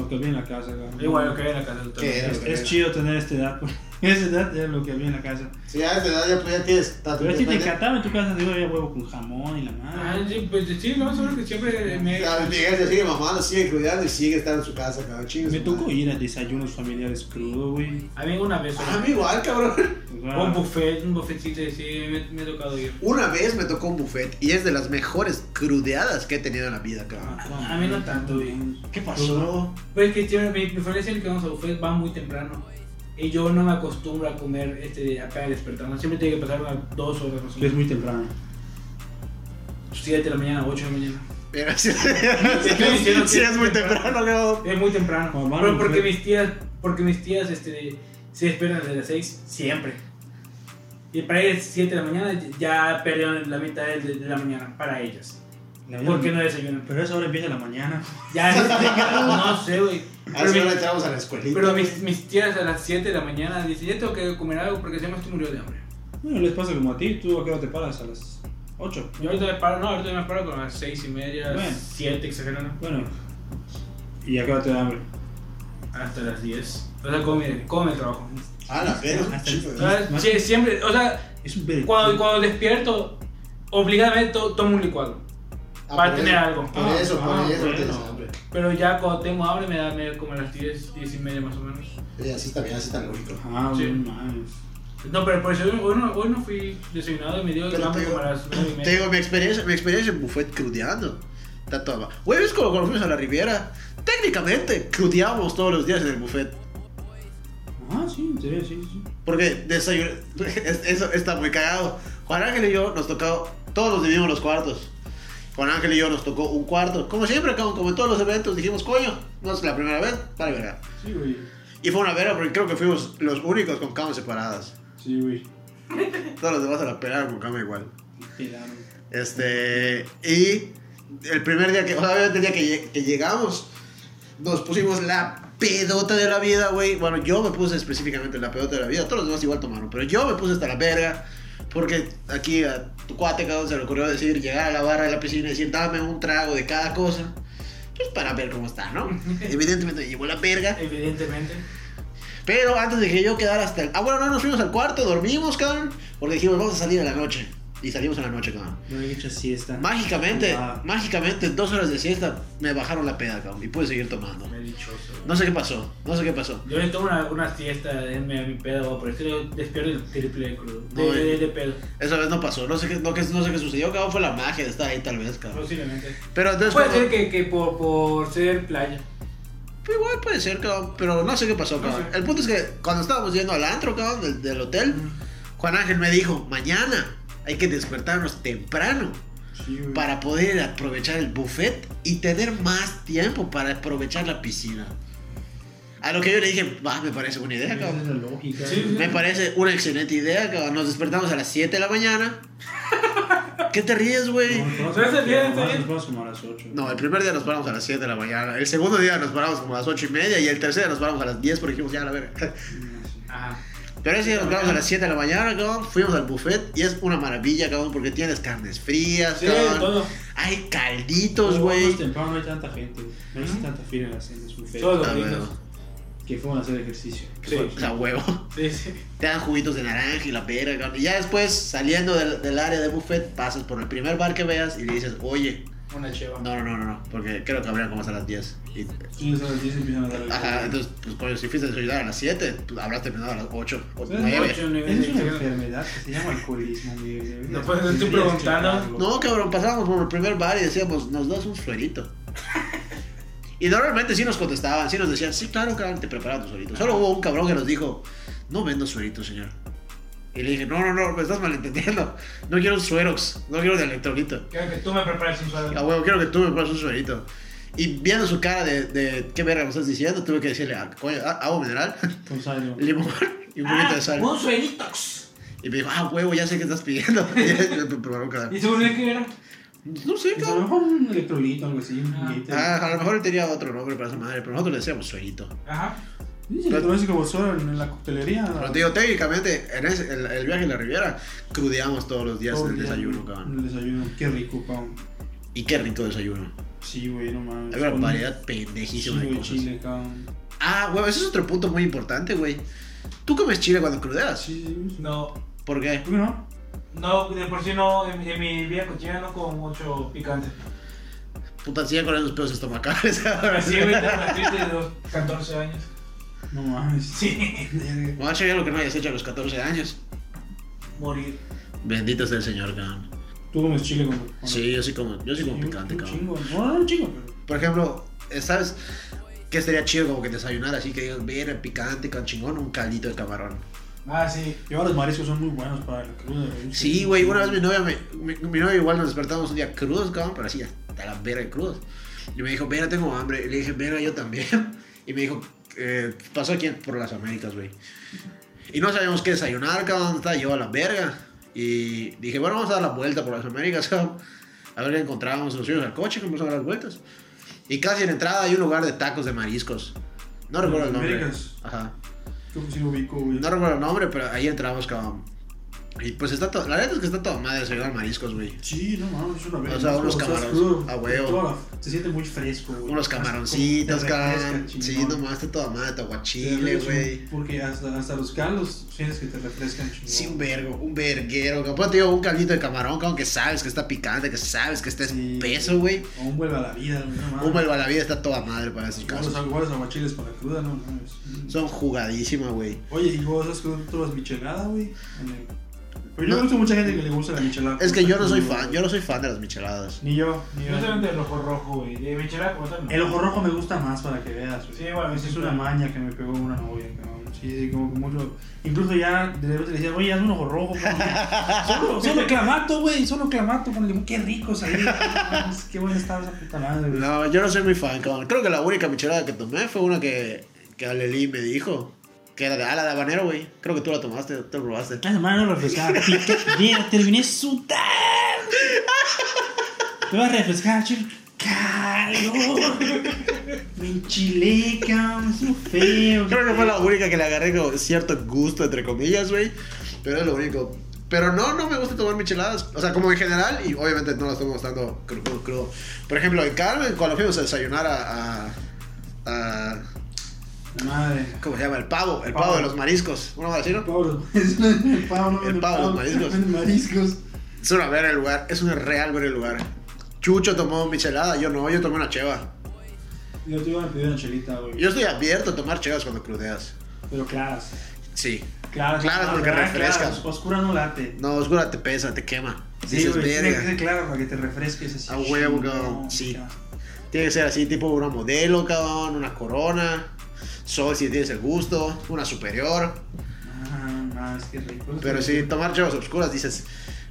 S1: estudiaban.
S4: que había en la casa, cabrón.
S3: Igual, lo que había en la casa del
S1: ¿Qué
S3: doctor.
S1: era?
S4: Es, es chido tener esta edad. porque Esa edad era lo que había en la casa.
S1: Si ya de edad ya, pues, ya tienes tanto
S4: Pero si te encantaba en tu casa, digo, había huevo con jamón y la
S3: Ah,
S4: madre.
S3: sí, pues sí, no, solo que siempre me.
S1: Miguel se sigue mamando, sigue cuidando y sigue estando en su casa, cabrón. Chingue
S4: Me
S1: su
S4: tocó
S1: madre.
S4: ir a desayunos familiares crudo, güey.
S3: A mí una vez. solo.
S1: A mí igual, cabrón.
S4: O sea,
S3: O Un buffet, un buffetcito, y sí, me, me ha tocado ir.
S1: Una vez me tocó un buffet y es de las mejores crudeadas que he tenido en la vida, cabrón.
S3: A mí no tanto, güey.
S4: ¿Qué pasó?
S3: Pues que siempre mi, mi familia siempre que vamos a buffet va muy temprano. Y yo no me acostumbro a comer este, acá despertando. Siempre tiene que pasar unas dos horas más o
S4: Que es
S3: menos.
S4: muy temprano.
S3: 7 de la mañana, 8 de la mañana.
S1: Pero si,
S3: diciendo que-
S1: es muy temprano, cabrón.
S3: Es muy temprano.
S4: Como van
S3: Pero
S4: al
S3: porque
S4: buffet.
S3: mis tías, porque mis tías este, se despiertan desde las 6 siempre. Y para ellas 7 de la mañana ya perdieron la mitad de, de la mañana para ellas.
S4: La vida-
S3: Porque no desayunan.
S4: Pero esa hora empieza la mañana.
S3: Ya no sé, güey.
S1: A
S3: Pero,
S1: eso
S3: mis,
S1: le echamos a Ah, la escuelita.
S3: pero mis, mis tías a las 7 de la mañana dicen, ya tengo que comer algo porque si no estoy murió de hambre.
S4: Bueno, les pasa como a ti, tú a qué hora te paras a las 8.
S3: Yo ahorita me paro, no, ahorita me paro con las 6 y media,
S4: Bueno.
S3: 7 exagerando.
S4: Bueno, y a qué hora te da hambre.
S3: Hasta las 10. O sea, come, come el trabajo.
S1: Ah, la pena.
S4: Hasta-
S3: O
S1: chico,
S3: sea,
S4: Más-
S3: sí, siempre, o sea,
S4: Es un pedo.
S3: Cuando, cuando despierto, obligadamente to- tomo un licuado.
S1: Ah,
S3: para
S1: por
S3: tener
S1: eso-
S3: algo.
S1: Por
S4: Ah,
S1: eso, por
S4: ah,
S1: eso tienes
S4: bueno.
S1: hambre.
S3: Pero ya cuando tengo hambre me da medio como a las 10, 10 y media más o menos.
S1: Y así está bien, así está lógico.
S4: Ah,
S3: Sí.
S4: no mames.
S3: No, pero por eso hoy, hoy no, hoy no fui desayunado y me dio
S1: Pero
S3: hambre
S1: te digo-
S3: como a las 9 y
S1: Te
S3: media.
S1: digo, mi experiencia, mi experiencia en buffet crudeando. Tanto va. Güey, ¿ves cuando, cuando fuimos a la Riviera? Técnicamente, crudeábamos todos los días en el buffet.
S4: Ah, sí, en serio, sí, sí.
S1: Porque desayuno. es- Eso está muy cagado. Juan Ángel y yo nos tocó. Todos nos dividimos los cuartos. Juan Ángel y yo nos tocó un cuarto. Como siempre, como, como en todos los eventos, dijimos, coño, no es la primera vez, para verga.
S4: Sí, güey.
S1: Y fue una verga porque creo que fuimos los únicos con camas separadas.
S4: Sí, güey.
S1: Todos los demás se la pelaron con cama igual.
S4: Pelado.
S1: Este, y el primer día que, o sea, obviamente el día que, lle- que llegamos, nos pusimos la pedota de la vida, güey. Bueno, yo me puse específicamente la pedota de la vida. Todos los demás igual tomaron, pero yo me puse hasta la verga. Porque aquí a tu cuate cabrón se le ocurrió decir, llegar a la barra de la piscina y decir, dame un trago de cada cosa. Pues para ver cómo está, ¿no? Evidentemente me llevó la verga.
S3: Evidentemente.
S1: Pero antes de que yo quedara hasta el... Ah, bueno, no, nos fuimos al cuarto, dormimos, cabrón. Porque dijimos, vamos a salir a la noche. Y salimos a la noche, cabrón.
S4: No he hecho siesta.
S1: Mágicamente,
S4: Ah.
S1: mágicamente, en dos horas de siesta me bajaron la peda, cabrón, y pude seguir tomando.
S3: Me dichoso.
S1: No sé qué pasó, no sé qué pasó.
S3: Yo le tomo una, una siesta en mi, mi pedo, por eso yo despierto el triple de crudo. De,
S1: No,
S3: de,
S1: eh.
S3: de pedo,
S1: Esa vez no pasó, no sé qué, no, qué- no sé qué sucedió, cabrón, fue la magia de estar ahí tal vez, cabrón.
S3: posiblemente.
S1: Pero entonces...
S3: Pues, Puede
S1: cuando-
S3: ser que, que por, por ser playa.
S1: pues Igual puede ser, cabrón, pero no sé qué pasó, cabrón.
S3: sé.
S1: El punto es que cuando estábamos yendo al antro, cabrón, del, del hotel, Juan Ángel me dijo, mañana hay que despertarnos temprano.
S4: Sí, güey.
S1: para poder aprovechar el buffet y tener más tiempo para aprovechar la piscina. A lo que yo le dije, va, me parece buena idea,
S4: Esa
S1: cabrón.
S4: es la lógica.
S3: Sí, sí.
S1: Me parece una excelente idea, cabrón. Nos despertamos a las 7 de la mañana. ¿Qué te ríes, güey?
S4: No,
S3: Pero está bien, está bien.
S4: Nos vamos como a las 8.
S1: No, el primer día nos paramos a las 7 de la mañana. El segundo día nos paramos como a las 8 y media. Y el tercer día nos paramos a las 10 porque dijimos, ya, la verga.
S3: Ajá.
S1: Pero ese día nos paramos a las 7 de la mañana, cabrón. Fuimos al buffet y es una maravilla, cabrón, porque tienes carnes frías,
S3: Sí,
S1: cabrón.
S3: todo.
S1: Hay calditos, güey.
S4: temprano, no hay tanta gente. güey. No hay tanta fila en las en los buffets.
S3: Todo.
S1: Ah,
S3: domingos.
S1: bueno.
S4: Que fueron a hacer ejercicio.
S3: Sí.
S1: O sea, huevo.
S3: Sí, sí.
S1: Te dan juguitos de naranja y la pera, cabrón. Y ya después, saliendo del, del área de buffet, pasas por el primer bar que veas y le dices, oye,
S3: Una cheva.
S1: no, no, no, no, no, porque creo que abrían como hasta las 10. Y,
S4: Sí, a las 10 empiezan a dar el-
S1: ajá, entonces, pues coño, si fuiste a desayunar a las 7, pues, habrás terminado a las 8 o
S4: Ustedes
S1: 9.
S3: Ocho, nueve,
S4: Es una
S3: diez.
S4: enfermedad que se llama alcoholismo, güey.
S3: No, pues, estoy preguntando.
S1: No, cabrón, pasábamos por el primer bar y decíamos, nos das un suerito. Y normalmente sí nos contestaban, sí nos decían, sí, claro, cabrón, te preparan tu suerito. Solo hubo un cabrón que nos dijo, no vendo sueritos, señor. Y le dije, no, no, no, me estás malentendiendo. No quiero suerox, no quiero de electrolito.
S3: Quiero que tú me prepares un sueldo.
S1: A huevo, quiero que tú me pases un suerito. Y viendo su cara de, de qué verga me estás diciendo, tuve que decirle, ah, coño, ah, agua mineral,
S4: Con saldo.
S1: limón y un poquito de sal.
S3: Ah, Un suelitox.
S1: Y me dijo, ah, huevo, ya sé qué estás pidiendo. Y me preparó un cadáver.
S3: ¿Y según él qué era?
S1: No sé,
S4: A lo
S1: cabrón.
S4: mejor un electrolito, algo así. un
S3: Ah.
S4: juguete.
S1: Ah, a lo mejor él tenía otro nombre para esa madre, pero nosotros le decíamos suerito.
S3: Ajá.
S4: Sí, se le conoce como soda en, en la coctelería.
S1: Pero te digo, técnicamente, en ese- el, el viaje en la Riviera, crudeamos todos los días
S4: Todo
S1: en el
S4: día,
S1: desayuno,
S4: En
S1: cabrón.
S4: el desayuno, qué rico, cabrón.
S1: Y qué rico desayuno.
S4: Sí, güey, no mames.
S1: Hay una
S4: Con
S1: variedad pendejísima de
S4: chivo y
S1: cosas.
S4: chile, cabrón.
S1: Ah, bueno, ese es otro punto muy importante, güey. ¿Tú comes chile cuando crudeas?
S4: Sí, sí, sí.
S3: No,
S1: ¿Por qué?
S4: ¿Por qué no?
S3: no, de por sí no, en, en mi vida cochina no como mucho picante.
S1: Puta, siguen con esos pedos estomacales ahora.
S3: Así, güey, tengo una triste de los 14 años.
S4: No mames.
S3: Sí,
S4: Verga.
S1: Macho, ya lo que no hayas hecho a los 14 años.
S3: morir.
S1: Bendito sea el Señor, cabrón.
S4: ¿Tú comes chile con.? con-
S1: Sí, yo sí como, yo sí como
S4: un-
S1: picante,
S4: un
S1: cabrón.
S4: chingo. No, no, un chingo, pero.
S1: Por ejemplo, eh, ¿sabes qué estaría chido como que desayunar así que digas, bien, picante, con chingón, un caldito de camarón?
S3: Ah, sí.
S4: Y ahora los mariscos son muy buenos para la cruda, güey.
S1: Sí, güey, una vez mi novia, me, mi, mi novia igual nos despertamos un día crudos, cabrón, pero así hasta la verga de crudos. Y me dijo, mira, tengo hambre. Y le dije, mira, yo también. Y me dijo, eh, pasó aquí por las Américas, güey. Y no sabíamos qué desayunar, cabrón, estaba yo a la verga. Y dije, bueno, vamos a dar la vuelta por las Américas, cabrón. A ver qué encontrábamos, nos fuimos al coche, comenzamos a dar las vueltas. Y casi en entrada hay un lugar de tacos de mariscos. No recuerdo el nombre.
S4: Américas.
S1: Ajá.
S4: Yo sí lo ubico, güey.
S1: No recuerdo el nombre, pero ahí entramos, cabrón. Y pues está todo. La neta es que está toda madre desayunar mariscos, güey.
S4: Sí, no mames, es una verga.
S1: O sea, unos
S4: Cuando estás
S1: camarones,
S4: crudo,
S1: a huevo.
S4: toda la- Se siente muy fresco, güey.
S1: Unos
S4: Hasta
S1: camaroncitos,
S4: como te refresca,
S1: cabrón. Sí,
S4: chingón.
S1: nomás está toda madre,
S4: Te
S1: aguachile,
S4: refresca,
S1: güey.
S4: Porque hasta, hasta los caldos sientes que te refrescan chingón.
S1: Sí, un vergo, un verguero, cabrón. Pues, te digo, un caldito de camarón, cabrón, que sabes que está picante, que sabes que está
S4: Sí. Ah.
S1: espeso, güey.
S4: O un vuelve a la vida, güey. No mames.
S1: Un vuelvo a la vida está toda madre para esos
S4: Igual los,
S1: casos.
S4: igual los aguachiles para cruda, no mames.
S1: Son jugadísimas, güey.
S4: Oye, ¿y vos has crudo todas michelada, güey? En el- Pero yo
S1: No.
S4: he visto mucha gente que le gusta la michelada.
S1: Es que yo no soy fan, yo no soy fan de las micheladas.
S4: Ni yo, ni yo.
S3: Yo solamente el ojo rojo, güey. De michelada como tal, no.
S4: El ojo rojo me gusta más para que veas. güey.
S3: Sí, bueno,
S4: Esa es
S3: sí,
S4: una
S3: claro.
S4: maña que me pegó una novia, cabrón. Sí, sí, como que mucho. Incluso ya de repente le decía, oye, haz un ojo rojo, cabrón. solo, solo clamato, güey, solo clamato con el limón. Qué rico sabía. no mames, Qué buena estaba esa puta madre, güey.
S1: No, yo no soy muy fan, cabrón. Creo que la única michelada que tomé fue una que, que Aleli me dijo. Que era de ala de habanero, güey. Creo que tú la tomaste, tú la probaste.
S4: Esa madre no refrescaba. Pica- Mira, terminé sudando. Te vas a refrescar, chico. Calor. Me enchilé, cabrón. Es feo.
S1: Creo que fue la única que le agarré con cierto gusto, entre comillas, güey. Pero es lo único. Pero no, no me gusta tomar micheladas. O sea, como en general, y obviamente no las estamos estando cru- crudo, crudo. Por ejemplo, en Carmen, cuando fuimos a desayunar a. a, a-
S4: Madre.
S1: ¿Cómo se llama? El pavo, el pavo,
S4: Pavo.
S1: de los mariscos. ¿Uno va a decirlo?
S4: Pablo. El Pablo.
S1: El Pablo, mariscos.
S4: El mariscos.
S1: Es una verga el lugar, es un real ver el lugar. Chucho tomó michelada, yo no, yo tomé una cheva.
S4: Yo te iba a pedir una chelita, güey.
S1: Yo estoy abierto a tomar chevas cuando crudeas.
S4: Pero claras.
S1: Sí.
S4: Claras,
S1: Claras porque
S4: ¿verdad?
S1: refrescan.
S4: Claras. Oscura no late.
S1: No, oscura te pesa, te quema.
S4: Sí,
S1: Dices,
S4: güey. Tiene que
S1: verga.
S4: ser clara para que te refresques así.
S1: A huevo,
S4: chingón,
S1: cabrón. Sí.
S4: cabrón.
S1: Tiene que ser así, tipo una modelo, cabrón, una corona, sol si tienes el gusto, una superior.
S4: Ah, más, qué rico.
S1: Pero si tomar chavas oscuras dices,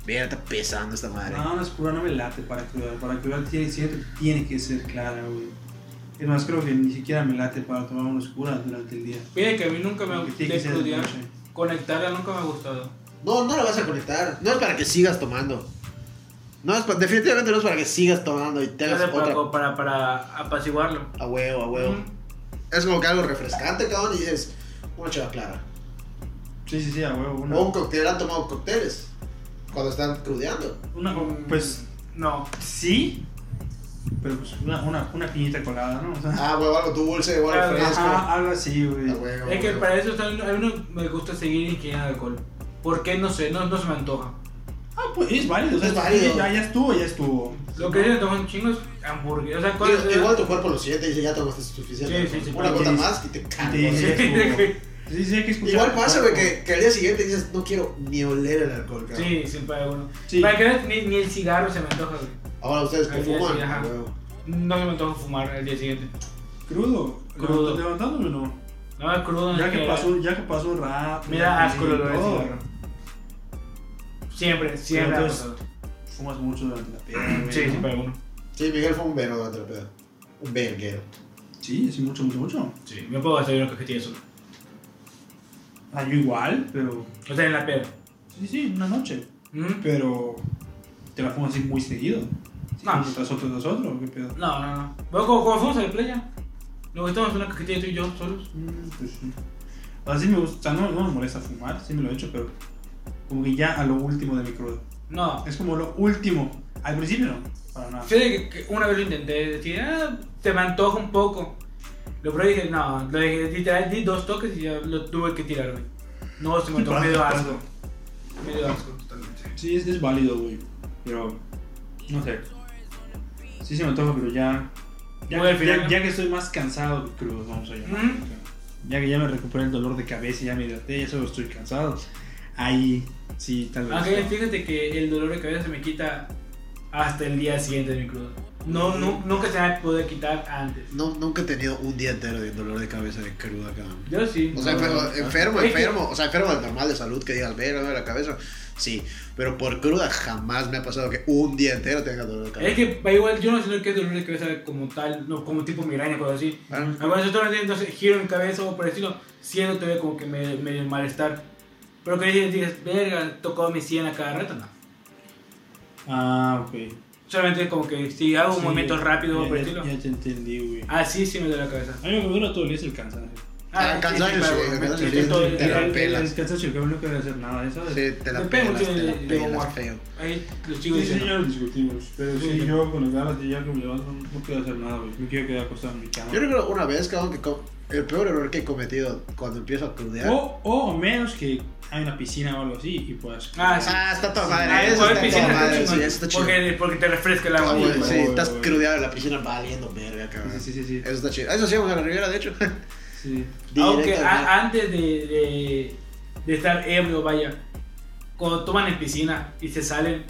S1: mira, está pesando esta madre.
S4: No, la oscura no me late para cuidar. Para cuidar tiene, siempre tiene que ser clara, güey. Es más, creo que ni siquiera me late para tomar una oscura durante el día.
S3: Mira que a mí nunca me ha
S4: Como que tiene que ser
S3: gustado
S4: de noche.
S3: Conectarla nunca me ha gustado.
S1: No, no la vas a conectar. No es para que sigas tomando. No es pa- definitivamente no es para que sigas tomando y tengas
S3: Entonces,
S1: otra.
S3: para, para, para apaciguarlo. Mm,
S1: A huevo, a huevo.
S3: Ujú.
S4: Mm.
S1: Es como que algo refrescante, cabrón, y dices, una chava clara.
S4: Sí, sí, sí, a huevo. Una,
S1: O un cóctel, han tomado cócteles cuando están crudeando.
S4: una- pues
S3: No.
S4: sí, pero pues una, una, una piñita colada, ¿no? O sea,
S1: Ah, huevo, algo dulce, o algo
S3: Ah,
S1: fresco. Ah,
S4: ajá, algo así, güey.
S1: A huevo,
S3: Es que
S1: huevo.
S3: para eso está- a mí no me gusta seguir inquilina de alcohol. ¿Por qué? No sé, no, no se me antoja.
S4: Ah, pues es válido. o sea,
S1: Es válido.
S4: Ya, ya estuvo, ya estuvo.
S3: Lo que yo me tomo un chingo es hamburguesa. O sea, ¿cuál
S1: Digo,
S3: es?
S1: Igual tu cuerpo lo siente y dice, ya tomaste suficiente.
S3: Sí, sí, sí,
S1: Una
S4: pero
S1: gota
S4: sí.
S1: más y te cago.
S4: Sí, sí, sí, sí, sí, hay que escuchar.
S1: Igual pasa, güey, que, que al día siguiente dices, no quiero ni oler el alcohol, cabrón.
S3: Sí, sí, para uno.
S4: Sí.
S3: Para que veas, ni, ni el cigarro se me antoja, güey.
S1: Ahora ustedes que
S3: Al día
S1: fuman,
S3: sí, ajá.
S1: huevo.
S3: No se me antoja fumar el día siguiente.
S4: Crudo.
S3: Crudo.
S4: Levantándome, no.
S3: No, es crudo. no
S4: Ya
S3: es
S4: que pasó, ya que pasó un rato.
S3: Me
S4: ya
S3: da asco
S4: que-
S3: el olor del
S4: todo.
S3: cigarro. Siempre, siempre. ha
S4: entonces-
S3: pasado.
S4: Fumas mucho durante la peda, güey.
S3: Sí, sí,
S4: ¿no?
S3: para uno.
S1: Sí, Miguel fue un vergo durante la peda. Un verguero.
S4: Sí, sí, mucho, mucho, mucho.
S3: Sí, me puedo gastar una cajetilla solo.
S4: Ah, yo igual, pero.
S3: O sea, en la peda.
S4: Sí, sí, una noche.
S3: ¿Mm?
S4: Pero. Te la fumas así muy seguido. Sí,
S3: No.
S4: uno tras otro, tras otro, qué pedo.
S3: No, no, no. Bueno, como, como fuimos a la playa. Nos gustamos una cajetilla tú y yo solos.
S4: Mm, pues sí. O sea, sí me gusta, o sea, no, no me molesta fumar, sí me lo he hecho, pero como que ya a lo último de mi crudo.
S3: No.
S4: Es como lo último. Al principio no, para nada.
S3: Fíjate que, que una vez lo intenté, decir, ah, te me antoja un poco. Lo probé y dije, no, lo dejé, literal, di dos toques y ya lo tuve que tirar, güey. No, se me antojó, me dio asco. Me dio asco, totalmente.
S4: Sí, es, es válido, güey. Pero, no sé. Sí se me antoja, pero ya... Ya,
S3: Muy al
S4: ya-
S3: final.
S4: ya que estoy más cansado que crudo, vamos a llamar.
S3: Ujú.
S4: Ya que ya me recuperé el dolor de cabeza, ya me hidraté, ya solo estoy cansado. Ahí, Ah, sí, tal vez.
S3: Ángel,
S4: no.
S3: fíjate que el dolor de cabeza se me quita hasta el día siguiente de mi crudo. No, no, nunca se me ha podido quitar antes.
S1: No, nunca he tenido un día entero de dolor de cabeza de cruda, cabrón. Ah.
S3: Yo sí.
S1: O sea,
S3: No,
S1: enfermo,
S3: no, no.
S1: enfermo,
S3: Es que-
S1: enfermo, o sea, enfermo de normal de salud que digas, ver, de la cabeza. Sí, pero por cruda jamás me ha pasado que un día entero tenga dolor de cabeza.
S3: Es que va igual, yo no sé lo que es dolor de cabeza como tal, no, como tipo migraña, cosas así.
S1: Ah,
S3: Algunas otras veces, entonces giro en cabeza o por el estilo, siento todavía como que me, me malestar. Pero que dices, dices, verga, tocó mi sien a cada rato, no.
S4: Ah, ok.
S3: Solamente como que si hago un
S4: Sí,
S3: movimiento rápido o
S4: ya-
S3: por el
S4: ya-
S3: estilo.
S4: Ya te entendí, güey.
S3: Así sí me duele la cabeza.
S4: A mí lo que me dura todo el día es el cansancio.
S1: Ah, cansancio,
S3: claro,
S1: sí,
S3: me-
S1: cansancio,
S3: me
S1: sí,
S3: siento-
S1: te la
S4: El-
S1: pelas.
S4: El cansancio, que no quiere hacer nada de eso.
S1: Sí, te la
S3: Me pego,
S1: pelas, te
S3: tiene-
S1: la
S3: tiene
S1: pelas
S3: guapo.
S1: feo.
S3: Ahí lo sigo
S4: Sí, sí,
S3: diciendo.
S4: ya lo discutimos. Pero sí,
S3: Sí.
S4: yo con las ganas de ya que me levanto no quiero hacer nada, güey. Me quiero quedar acostado en mi cama.
S1: Yo recuerdo una vez, cabrón, que co- el peor error que he cometido cuando empiezo a crudear.
S3: Oh.
S4: O, o a menos que hay una piscina o algo así y puedas.
S3: Ah, sí.
S1: Ah, está toda madre.
S3: Ah,
S1: eso
S3: igual
S1: está
S3: piscina
S1: toda
S3: está
S1: madre.
S3: chingón,
S1: Sí, eso está chido.
S3: Porque, porque te refresca el agua.
S1: Ah,
S4: Sí,
S1: güey,
S4: güey,
S1: sí,
S4: güey,
S1: estás
S4: güey.
S1: crudeado en la piscina valiendo verga, cabrón.
S4: Sí, sí, sí, sí.
S1: Eso está chido. Eso hacíamos en la Riviera, de hecho.
S4: sí.
S3: Aunque
S1: Directo,
S3: a- antes de, de, de estar ebrio, vaya, cuando toman en piscina y se salen,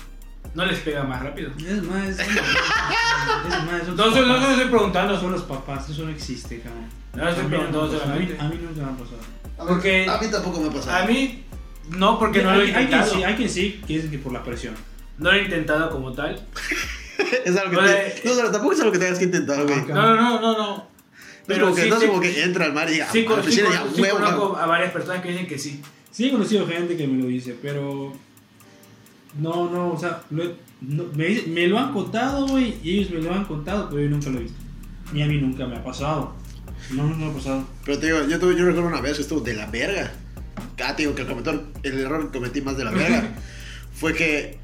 S3: no les pega más rápido.
S4: Es más, es más. son
S3: No,
S4: los
S3: se- no, se
S4: papás.
S3: lo estoy preguntando,
S4: Son
S3: solo.
S4: los papás, eso no existe, cabrón.
S3: No lo estoy
S4: A mí no
S3: preguntando
S4: me ha pasado, a mí-
S3: solamente.
S4: A mí no se me ha pasado.
S1: A mí-
S3: porque-
S1: a mí tampoco me ha pasado.
S3: A mí, no, porque no lo he
S4: hay, hay quien
S3: intentado.
S4: sí, hay quien sí, que es que por la presión.
S3: No lo he intentado como tal.
S1: Es algo que
S3: O sea,
S1: te- No, pero tampoco es algo que tengas que intentar, güey.
S4: Ajá.
S1: No
S3: No, no, no, no. no.
S1: es
S3: Pero
S1: como que,
S3: sí,
S1: no es
S3: sí,
S1: como que entra al mar y diga,
S3: sí,
S1: "Ah,
S3: con- sí,
S1: piscina, ya,
S3: con- sí
S1: huevo, cabrón".
S3: conozco a varias personas que dicen que sí.
S4: Sí he conocido gente que me lo dice, pero... No, no, o sea, lo he- no- me, dice- me lo han contado, güey, y ellos me lo han contado, pero yo nunca lo he visto. Ni a mí nunca me ha pasado. No, no me ha pasado.
S1: Pero te digo, yo, tuve, yo recuerdo una vez que estuvo de la verga. Ah, te digo que el, cometor- el error que cometí más de la verga fue que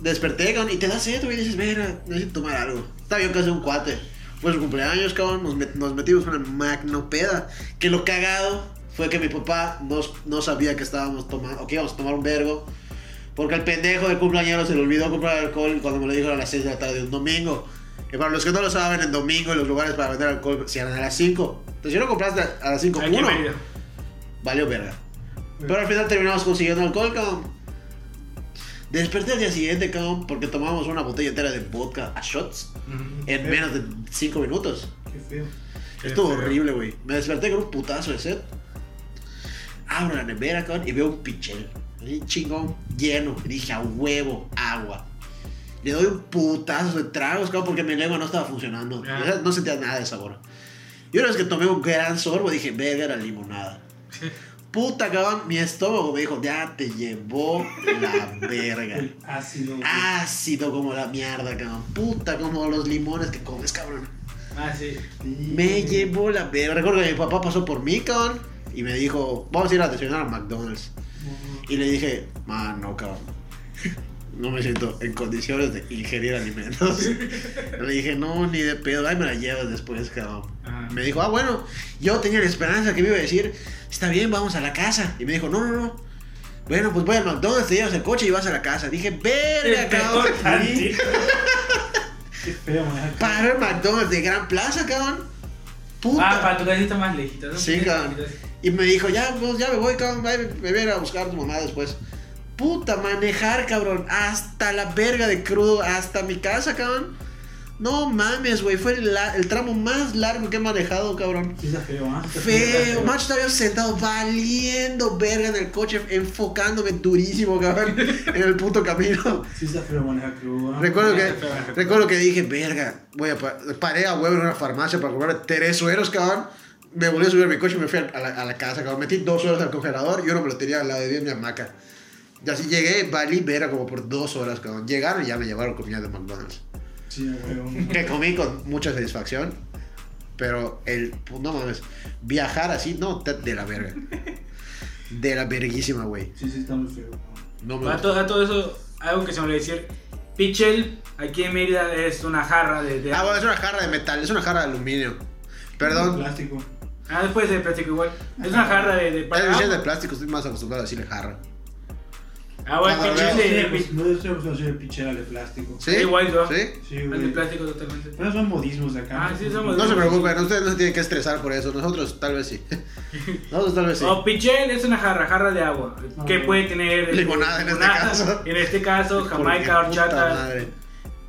S1: desperté, cabrón, y te da sed, güey, y dices, verga, necesito tomar algo. Estaba yo casi un cuate. Fue su cumpleaños, cabrón, nos, met- nos metimos una magnopeda. Que lo cagado fue que mi papá no, no sabía que estábamos tomando, o que íbamos a tomar un vergo. Porque al pendejo del cumpleañero se le olvidó comprar alcohol cuando me lo dijo a las 6 de la tarde un domingo. Y para los que no lo saben, el domingo los lugares para vender alcohol cierran a las 5. Entonces yo lo compraste a las 5.
S3: Aquí en
S1: Uno,
S3: Mérida.
S1: valió verga. Pero al final terminamos consiguiendo alcohol, cabrón. Desperté al día siguiente, cabrón, porque tomamos una botella entera de vodka a shots
S3: Ujú.
S1: en menos de 5 minutos.
S4: Qué feo.
S3: Qué
S1: Estuvo
S3: feo.
S1: horrible, güey. Me desperté con un putazo de sed. Abro la nevera, cabrón, y veo un pichel. Un chingón lleno. Y dije, a huevo, agua. Le doy un putazo de tragos, cabrón, porque mi lengua no estaba funcionando.
S3: Ah.
S1: O sea, No sentía nada de sabor. Y una vez que tomé un gran sorbo, dije, verga, era limonada. Puta, cabrón, mi estómago me dijo, ya te llevó la verga
S4: El ácido. güey.
S1: Ah, ácido como la mierda, cabrón. Puta, como los limones que comes, cabrón.
S3: Ah, sí.
S1: Me llevó la verga. Recuerdo que mi papá pasó por mí, cabrón, y me dijo, vamos a ir a desayunar a McDonald's. Y le dije, man, no, cabrón. No me siento en condiciones de ingerir alimentos. Le dije, no, ni de pedo. Ay, me la llevas después, cabrón.
S3: Ajá.
S1: Me dijo, ah, bueno, yo tenía la esperanza que me iba a decir, está bien, vamos a la casa. Y me dijo, no, no, no. Bueno, pues voy al McDonald's, te llevas el coche y vas a la casa. Dije, verga, cabrón.
S4: Tantito. Qué feo, man.
S1: Para el McDonald's de Gran Plaza, cabrón. Puta.
S3: Ah, para tu casita más lejita. ¿no?
S1: Sí, cabrón. Y me dijo, ya, pues ya me voy, cabrón. Ay, me voy a ir a buscar a tu mamá después. Puta, manejar, cabrón. Hasta la verga de crudo, hasta mi casa, cabrón. No mames, güey. Fue el, la- el tramo más largo que he manejado, cabrón.
S4: Sí está feo, ¿ah? Está
S1: Feo,
S4: está
S1: macho, estaba yo sentado valiendo verga en el coche, enfocándome durísimo, cabrón, en el puto camino.
S4: Sí está feo manejar crudo. ¿ah?
S1: Recuerdo que, recuerdo que dije, verga, voy a pa- paré a huevo en una farmacia para comprar tres sueros, cabrón. Me volví a subir a mi coche y me fui a la, a la casa, cabrón. Metí dos sueros al congelador y uno me lo tenía al lado de mí en mi hamaca. Y así llegué, valí vera como por dos horas, cabrón. Llegaron y ya me llevaron comida de McDonald's.
S4: Sí, güey.
S1: Que comí con mucha satisfacción. Pero el. pues, No mames. Viajar así, no, está de la verga. De la verguísima, güey.
S4: Sí, sí, está muy feo.
S1: No me
S3: A
S1: gusta.
S3: todo, a todo eso, algo que se me olvidó decir. Pichel, aquí en Mérida, es una jarra de... de
S1: Ah, bueno, es una jarra de metal, es una jarra de aluminio.
S4: Es
S1: Perdón.
S4: Plástico.
S3: Ah, después de plástico igual. Es una jarra de... de
S1: Ah, Es decir, de plástico, estoy más acostumbrado a decirle jarra.
S3: Ah, bueno,
S1: Cuando
S3: Pichel
S1: veo-
S4: Sí,
S3: de...
S4: pues, no estoy acostumbrado a decir pichera de plástico.
S1: ¿Sí?
S3: Da igual, ¿no?
S1: ¿Sí?
S4: Sí,
S3: de
S4: güey.
S3: plástico totalmente.
S4: Pero son modismos de acá.
S3: Ah, sí, son
S1: No se preocupen, ustedes no se tienen que estresar por eso. Nosotros tal vez sí. Nosotros tal vez sí.
S3: O pichel es una jarra, jarra de agua, que
S4: Ah.
S3: puede tener eh,
S1: Limonada en este
S3: limonada,
S1: caso.
S3: en este
S1: pues,
S3: caso, jamaica,
S1: Porque puta
S3: horchata,
S1: madre.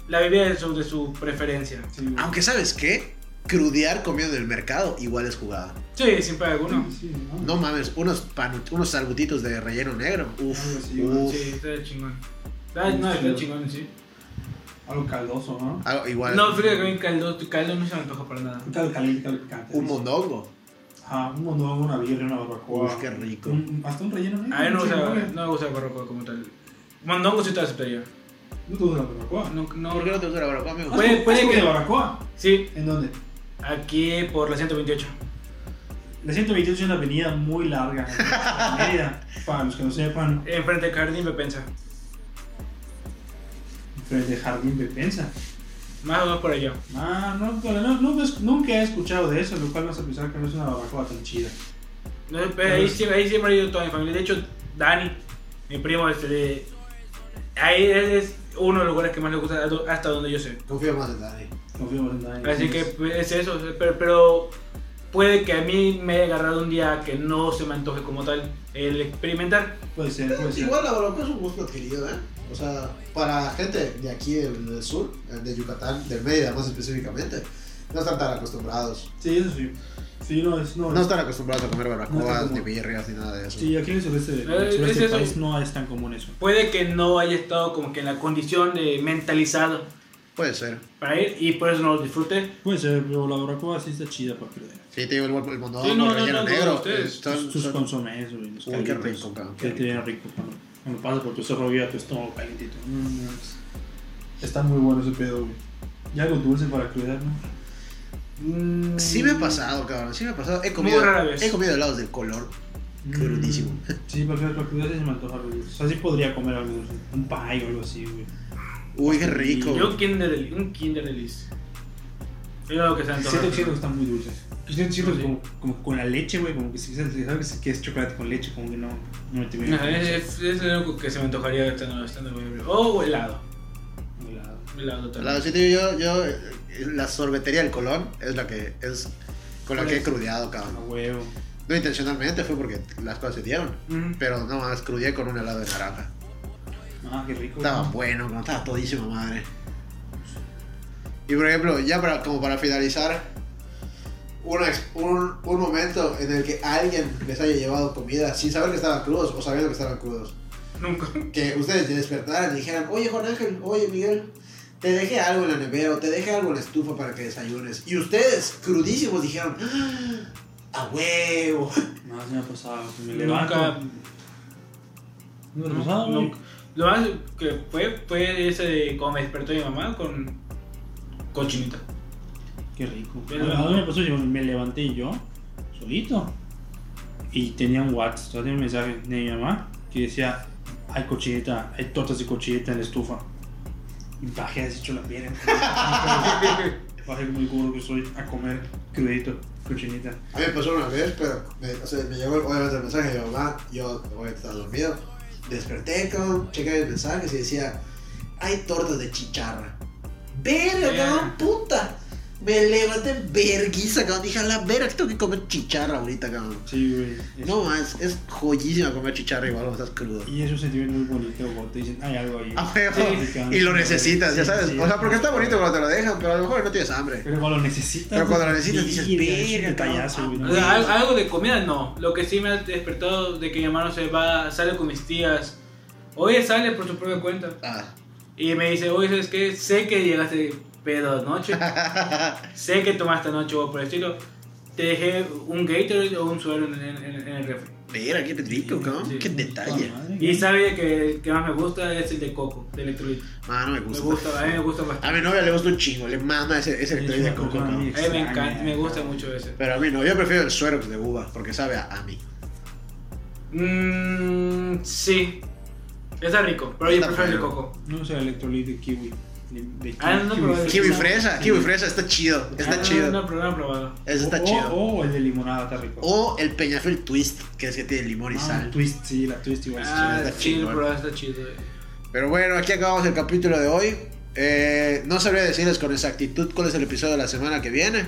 S3: la bebida de su, de su preferencia.
S4: Sí, güey.
S1: Aunque, ¿sabes qué? Crudear comido en el mercado igual es jugada.
S3: Sí, sin paga alguno.
S4: Sí, ¿no?
S1: No mames, unos, pan, unos salbutitos de relleno negro. Uf,
S4: Algo así,
S1: uf.
S3: Sí, está chingón. Está, no, está chingón, sí.
S4: Algo caldoso, ¿no?
S1: Algo Ah, igual.
S3: No, fíjate que a mí caldo, tu caldo no se me antoja para nada.
S4: Un caldo caliente, algo picante.
S1: Un mondongo.
S4: Ajá, un mondongo, una birra, una barbacoa.
S1: Uf, qué rico.
S4: Un- hasta un relleno. ¿no?
S3: A mí Ah, no
S4: Sí,
S3: me gusta,
S4: güey.
S3: no me gusta el barroco como tal. Mondongo sí te aceptaría.
S4: No te gusta la barbacoa.
S3: No,
S1: ¿Por
S3: no.
S1: qué no te gusta la barbacoa, amigo?
S3: Puede-
S4: ¿Has-
S3: puede
S4: has
S3: que-
S4: comido barbacoa?
S3: Sí,
S4: ¿En dónde?
S3: aquí por la 128.
S4: La 128 es una avenida muy larga. en Mérida, para los que no sepan,
S3: Enfrente de Jardín me pensa.
S4: frente al Jardín Bepensa.
S3: Más o menos por allá.
S4: Ah, no, pero no, no, pues, nunca he escuchado de eso, lo cual vas a pensar que no es una barbacoa tan chida.
S3: No, pero ahí, siempre, ahí siempre ha ido toda mi familia. De hecho, Dani, mi primo, este, de- ahí es, es uno de los lugares que más le gusta, hasta donde yo sé.
S1: Confío más en Dani.
S4: Confiamos en Dani.
S3: Así que
S4: entonces,
S3: pues, es eso, pero, pero puede que a mí me haya agarrado un día que no se me antoje como tal el experimentar.
S4: Puede ser, puede ser.
S1: Igual la barbacoa es un gusto adquirido, ¿eh? O sea, para gente de aquí del, del sur, eh, de Yucatán, del Mérida más específicamente, no están tan acostumbrados.
S4: Sí, eso sí. Sí, no, es. No,
S1: No
S4: es-
S1: están acostumbrados a comer
S4: No está
S1: barbacoas,
S4: como-
S1: ni birrias, ni nada de eso.
S4: Sí, aquí en el sureste, en el
S3: Eh,
S4: sureste
S3: es
S4: del
S3: eso.
S4: país no es tan común eso.
S3: Puede que no haya estado como que en la condición de mentalizado
S1: Puede ser.
S3: para ir y por eso no lo disfruté.
S4: Puede ser, Pues, eh, pero la barbacoa sí está chida para crudear.
S1: Sí, te digo, el, el mondongo,
S3: no, no,
S1: el relleno
S3: no, no,
S1: negro. Eh,
S3: ustedes,
S1: son-
S4: Sus
S1: son-
S4: consomés, güey, los
S1: Uy, qué
S4: calientes.
S1: rico, cabrón, qué
S4: Que te viene rico cuando, cuando pasa por tu cerro viva tu estómago calientito. Mm, es- está muy bueno ese pedo, güey. Y algo dulce para crudear, ¿no?
S3: Mm,
S1: Sí me ha pasado, cabrón, sí me ha pasado. He comido,
S3: Muy rara vez.
S1: he comido helados de color. Crudísimo.
S4: Mm, Sí, para crudear, para crudear sí se me antoja algo dulce. O sea, sí podría comer algo dulce. Un pie o algo así, güey.
S1: Uy, qué rico.
S3: Yo un Kinder, Deli- un Kinder Delice. Es lo que se antoja.
S4: Siento, siento que están muy dulces. Siento, siento
S3: Sí.
S4: como, como con la leche, güey. Como que si sabes que es chocolate con leche, como que no, no me te viene.
S3: Ajá, es, es, es lo único que se me antojaría estando, estando muy ebrio. O helado.
S4: helado.
S3: Helado
S1: La,
S3: también.
S1: sí, te digo, yo, yo, eh, la sorbetería del Colón es la que es con la
S4: ¿Cuál
S1: que he
S4: es?
S1: crudeado,
S4: A
S1: cabrón.
S4: huevo.
S1: No intencionalmente, fue porque las cosas se dieron. Pero no más, crudeé con un helado de naranja.
S4: Ah, qué rico.
S1: Estaba
S4: güey.
S1: bueno, como estaba todísima madre. Y por ejemplo, ya para, como para finalizar, una ex- un, un momento en el que alguien les haya llevado comida sin saber que estaban crudos o sabiendo que estaban crudos.
S3: Nunca.
S1: que ustedes se despertaran y dijeran, oye Juan Ángel, oye Miguel, te dejé algo en la nevera o te dejé algo en la estufa para que desayunes. Y ustedes, crudísimos, dijeron, "Ah, a huevo.
S4: No, se me ha pasado. Me levanto.
S3: Nunca.
S4: No, no,
S3: no,
S4: no.
S3: nunca. Lo más que fue fue ese de cuando me despertó mi mamá con cochinita.
S4: Qué rico.
S3: Me
S4: A-
S3: levanto.
S4: a mí me pasó, yo me levanté yo, solito. Y tenía un WhatsApp, tenía un mensaje de mi mamá que decía, hay cochinita, hay tortas de cochinita en la estufa. Y bajé así hecho la piel. Bajé muy gordo que soy a comer crudito, cochinita.
S1: A mí me pasó una vez, pero me, o sea, me llegó obviamente el mensaje de mi mamá, yo obviamente estaba dormido. Desperté, cabrón, chequé el mensaje y decía, hay tortas de chicharra. Verga,
S3: Eh.
S1: cabrón, puta. Me levanté verguiza, cabrón. Dije, a la verga, que tengo que comer chicharra ahorita, cabrón.
S4: Sí, güey. Es-
S1: No más, es joyísima comer chicharra igual cuando estás crudo.
S4: Y es un sentimiento muy bonito cuando te dicen, hay algo ahí.
S1: A huevo.
S4: Sí.
S1: Ah, Y lo necesitas, ya
S4: Sí,
S1: sabes.
S4: sí.
S1: o sea, porque está bonito cuando te lo dejan, pero a lo mejor no tienes hambre.
S4: Pero cuando lo necesitas.
S1: Pero cuando lo necesitas, dices,
S4: verga, es
S1: "Verga,
S4: un detallazo, güey.
S3: O
S4: ¿no?
S3: sea, al- algo de comida no. Lo que sí me ha despertado de que mi hermano se va, sale con mis tías. Oye, sale por su propia cuenta.
S1: Ah.
S3: Y me dice, oye, ¿sabes qué? Sé que llegaste pedo anoche. sé que tomaste anoche o por el estilo. Te dejé un Gatorade o un suero en, en- en- en el refri.
S1: Mira, qué rico, cabrón.
S3: Sí.
S1: Qué detalle.
S3: Y sabe que el que más me gusta es el de coco, de electrolito.
S1: Mano, Ah, me
S3: Me
S1: gusta.
S3: gusta, a mí me gusta bastante.
S1: A mi novia le gusta un chingo, le mama ese, ese
S4: Sí,
S1: electrolito de
S4: es una
S1: coco,
S4: cosa
S1: cabrón.
S4: mía.
S3: A mí me encanta, me gusta mucho ese.
S1: Pero a mí no, yo prefiero el suero de uva, porque sabe a, a mí.
S3: Mmm, sí. Está rico, pero yo
S1: Está
S3: prefiero el de
S1: bueno.
S3: coco.
S4: No usa electrolito de kiwi. de- de
S3: Ah,
S4: kiwi- kiwi
S3: no, pero-
S4: fresco.
S1: Kiwi
S3: Sí.
S1: fresa, kiwi fresa, está chido, está
S3: Ah,
S1: chido.
S3: No, Oh, pero no lo he probado.
S1: Eso está
S4: O-
S1: chido. Oh,
S4: O, o el de limonada está rico.
S1: O el peñafil twist, que es que tiene limón y
S4: Ah,
S1: sal.
S4: Twist, sí, la twist igual.
S3: Ah,
S1: está
S3: sí,
S1: chingón.
S3: lo he probado, está chido. eh.
S1: Pero bueno, aquí acabamos el capítulo de hoy. Eh, no sabría decirles con exactitud cuál es el episodio de la semana que viene.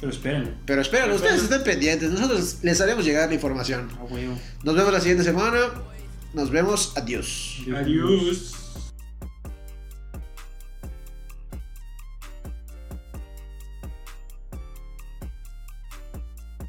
S4: Pero espérenlo.
S1: Pero esperen,
S3: Pero
S1: ustedes
S3: esperen.
S1: estén pendientes. Nosotros les haremos llegar la información.
S4: A Ah, huevo.
S1: Nos vemos la siguiente semana. Nos vemos. Adiós.
S4: Dios mío.
S3: Adiós.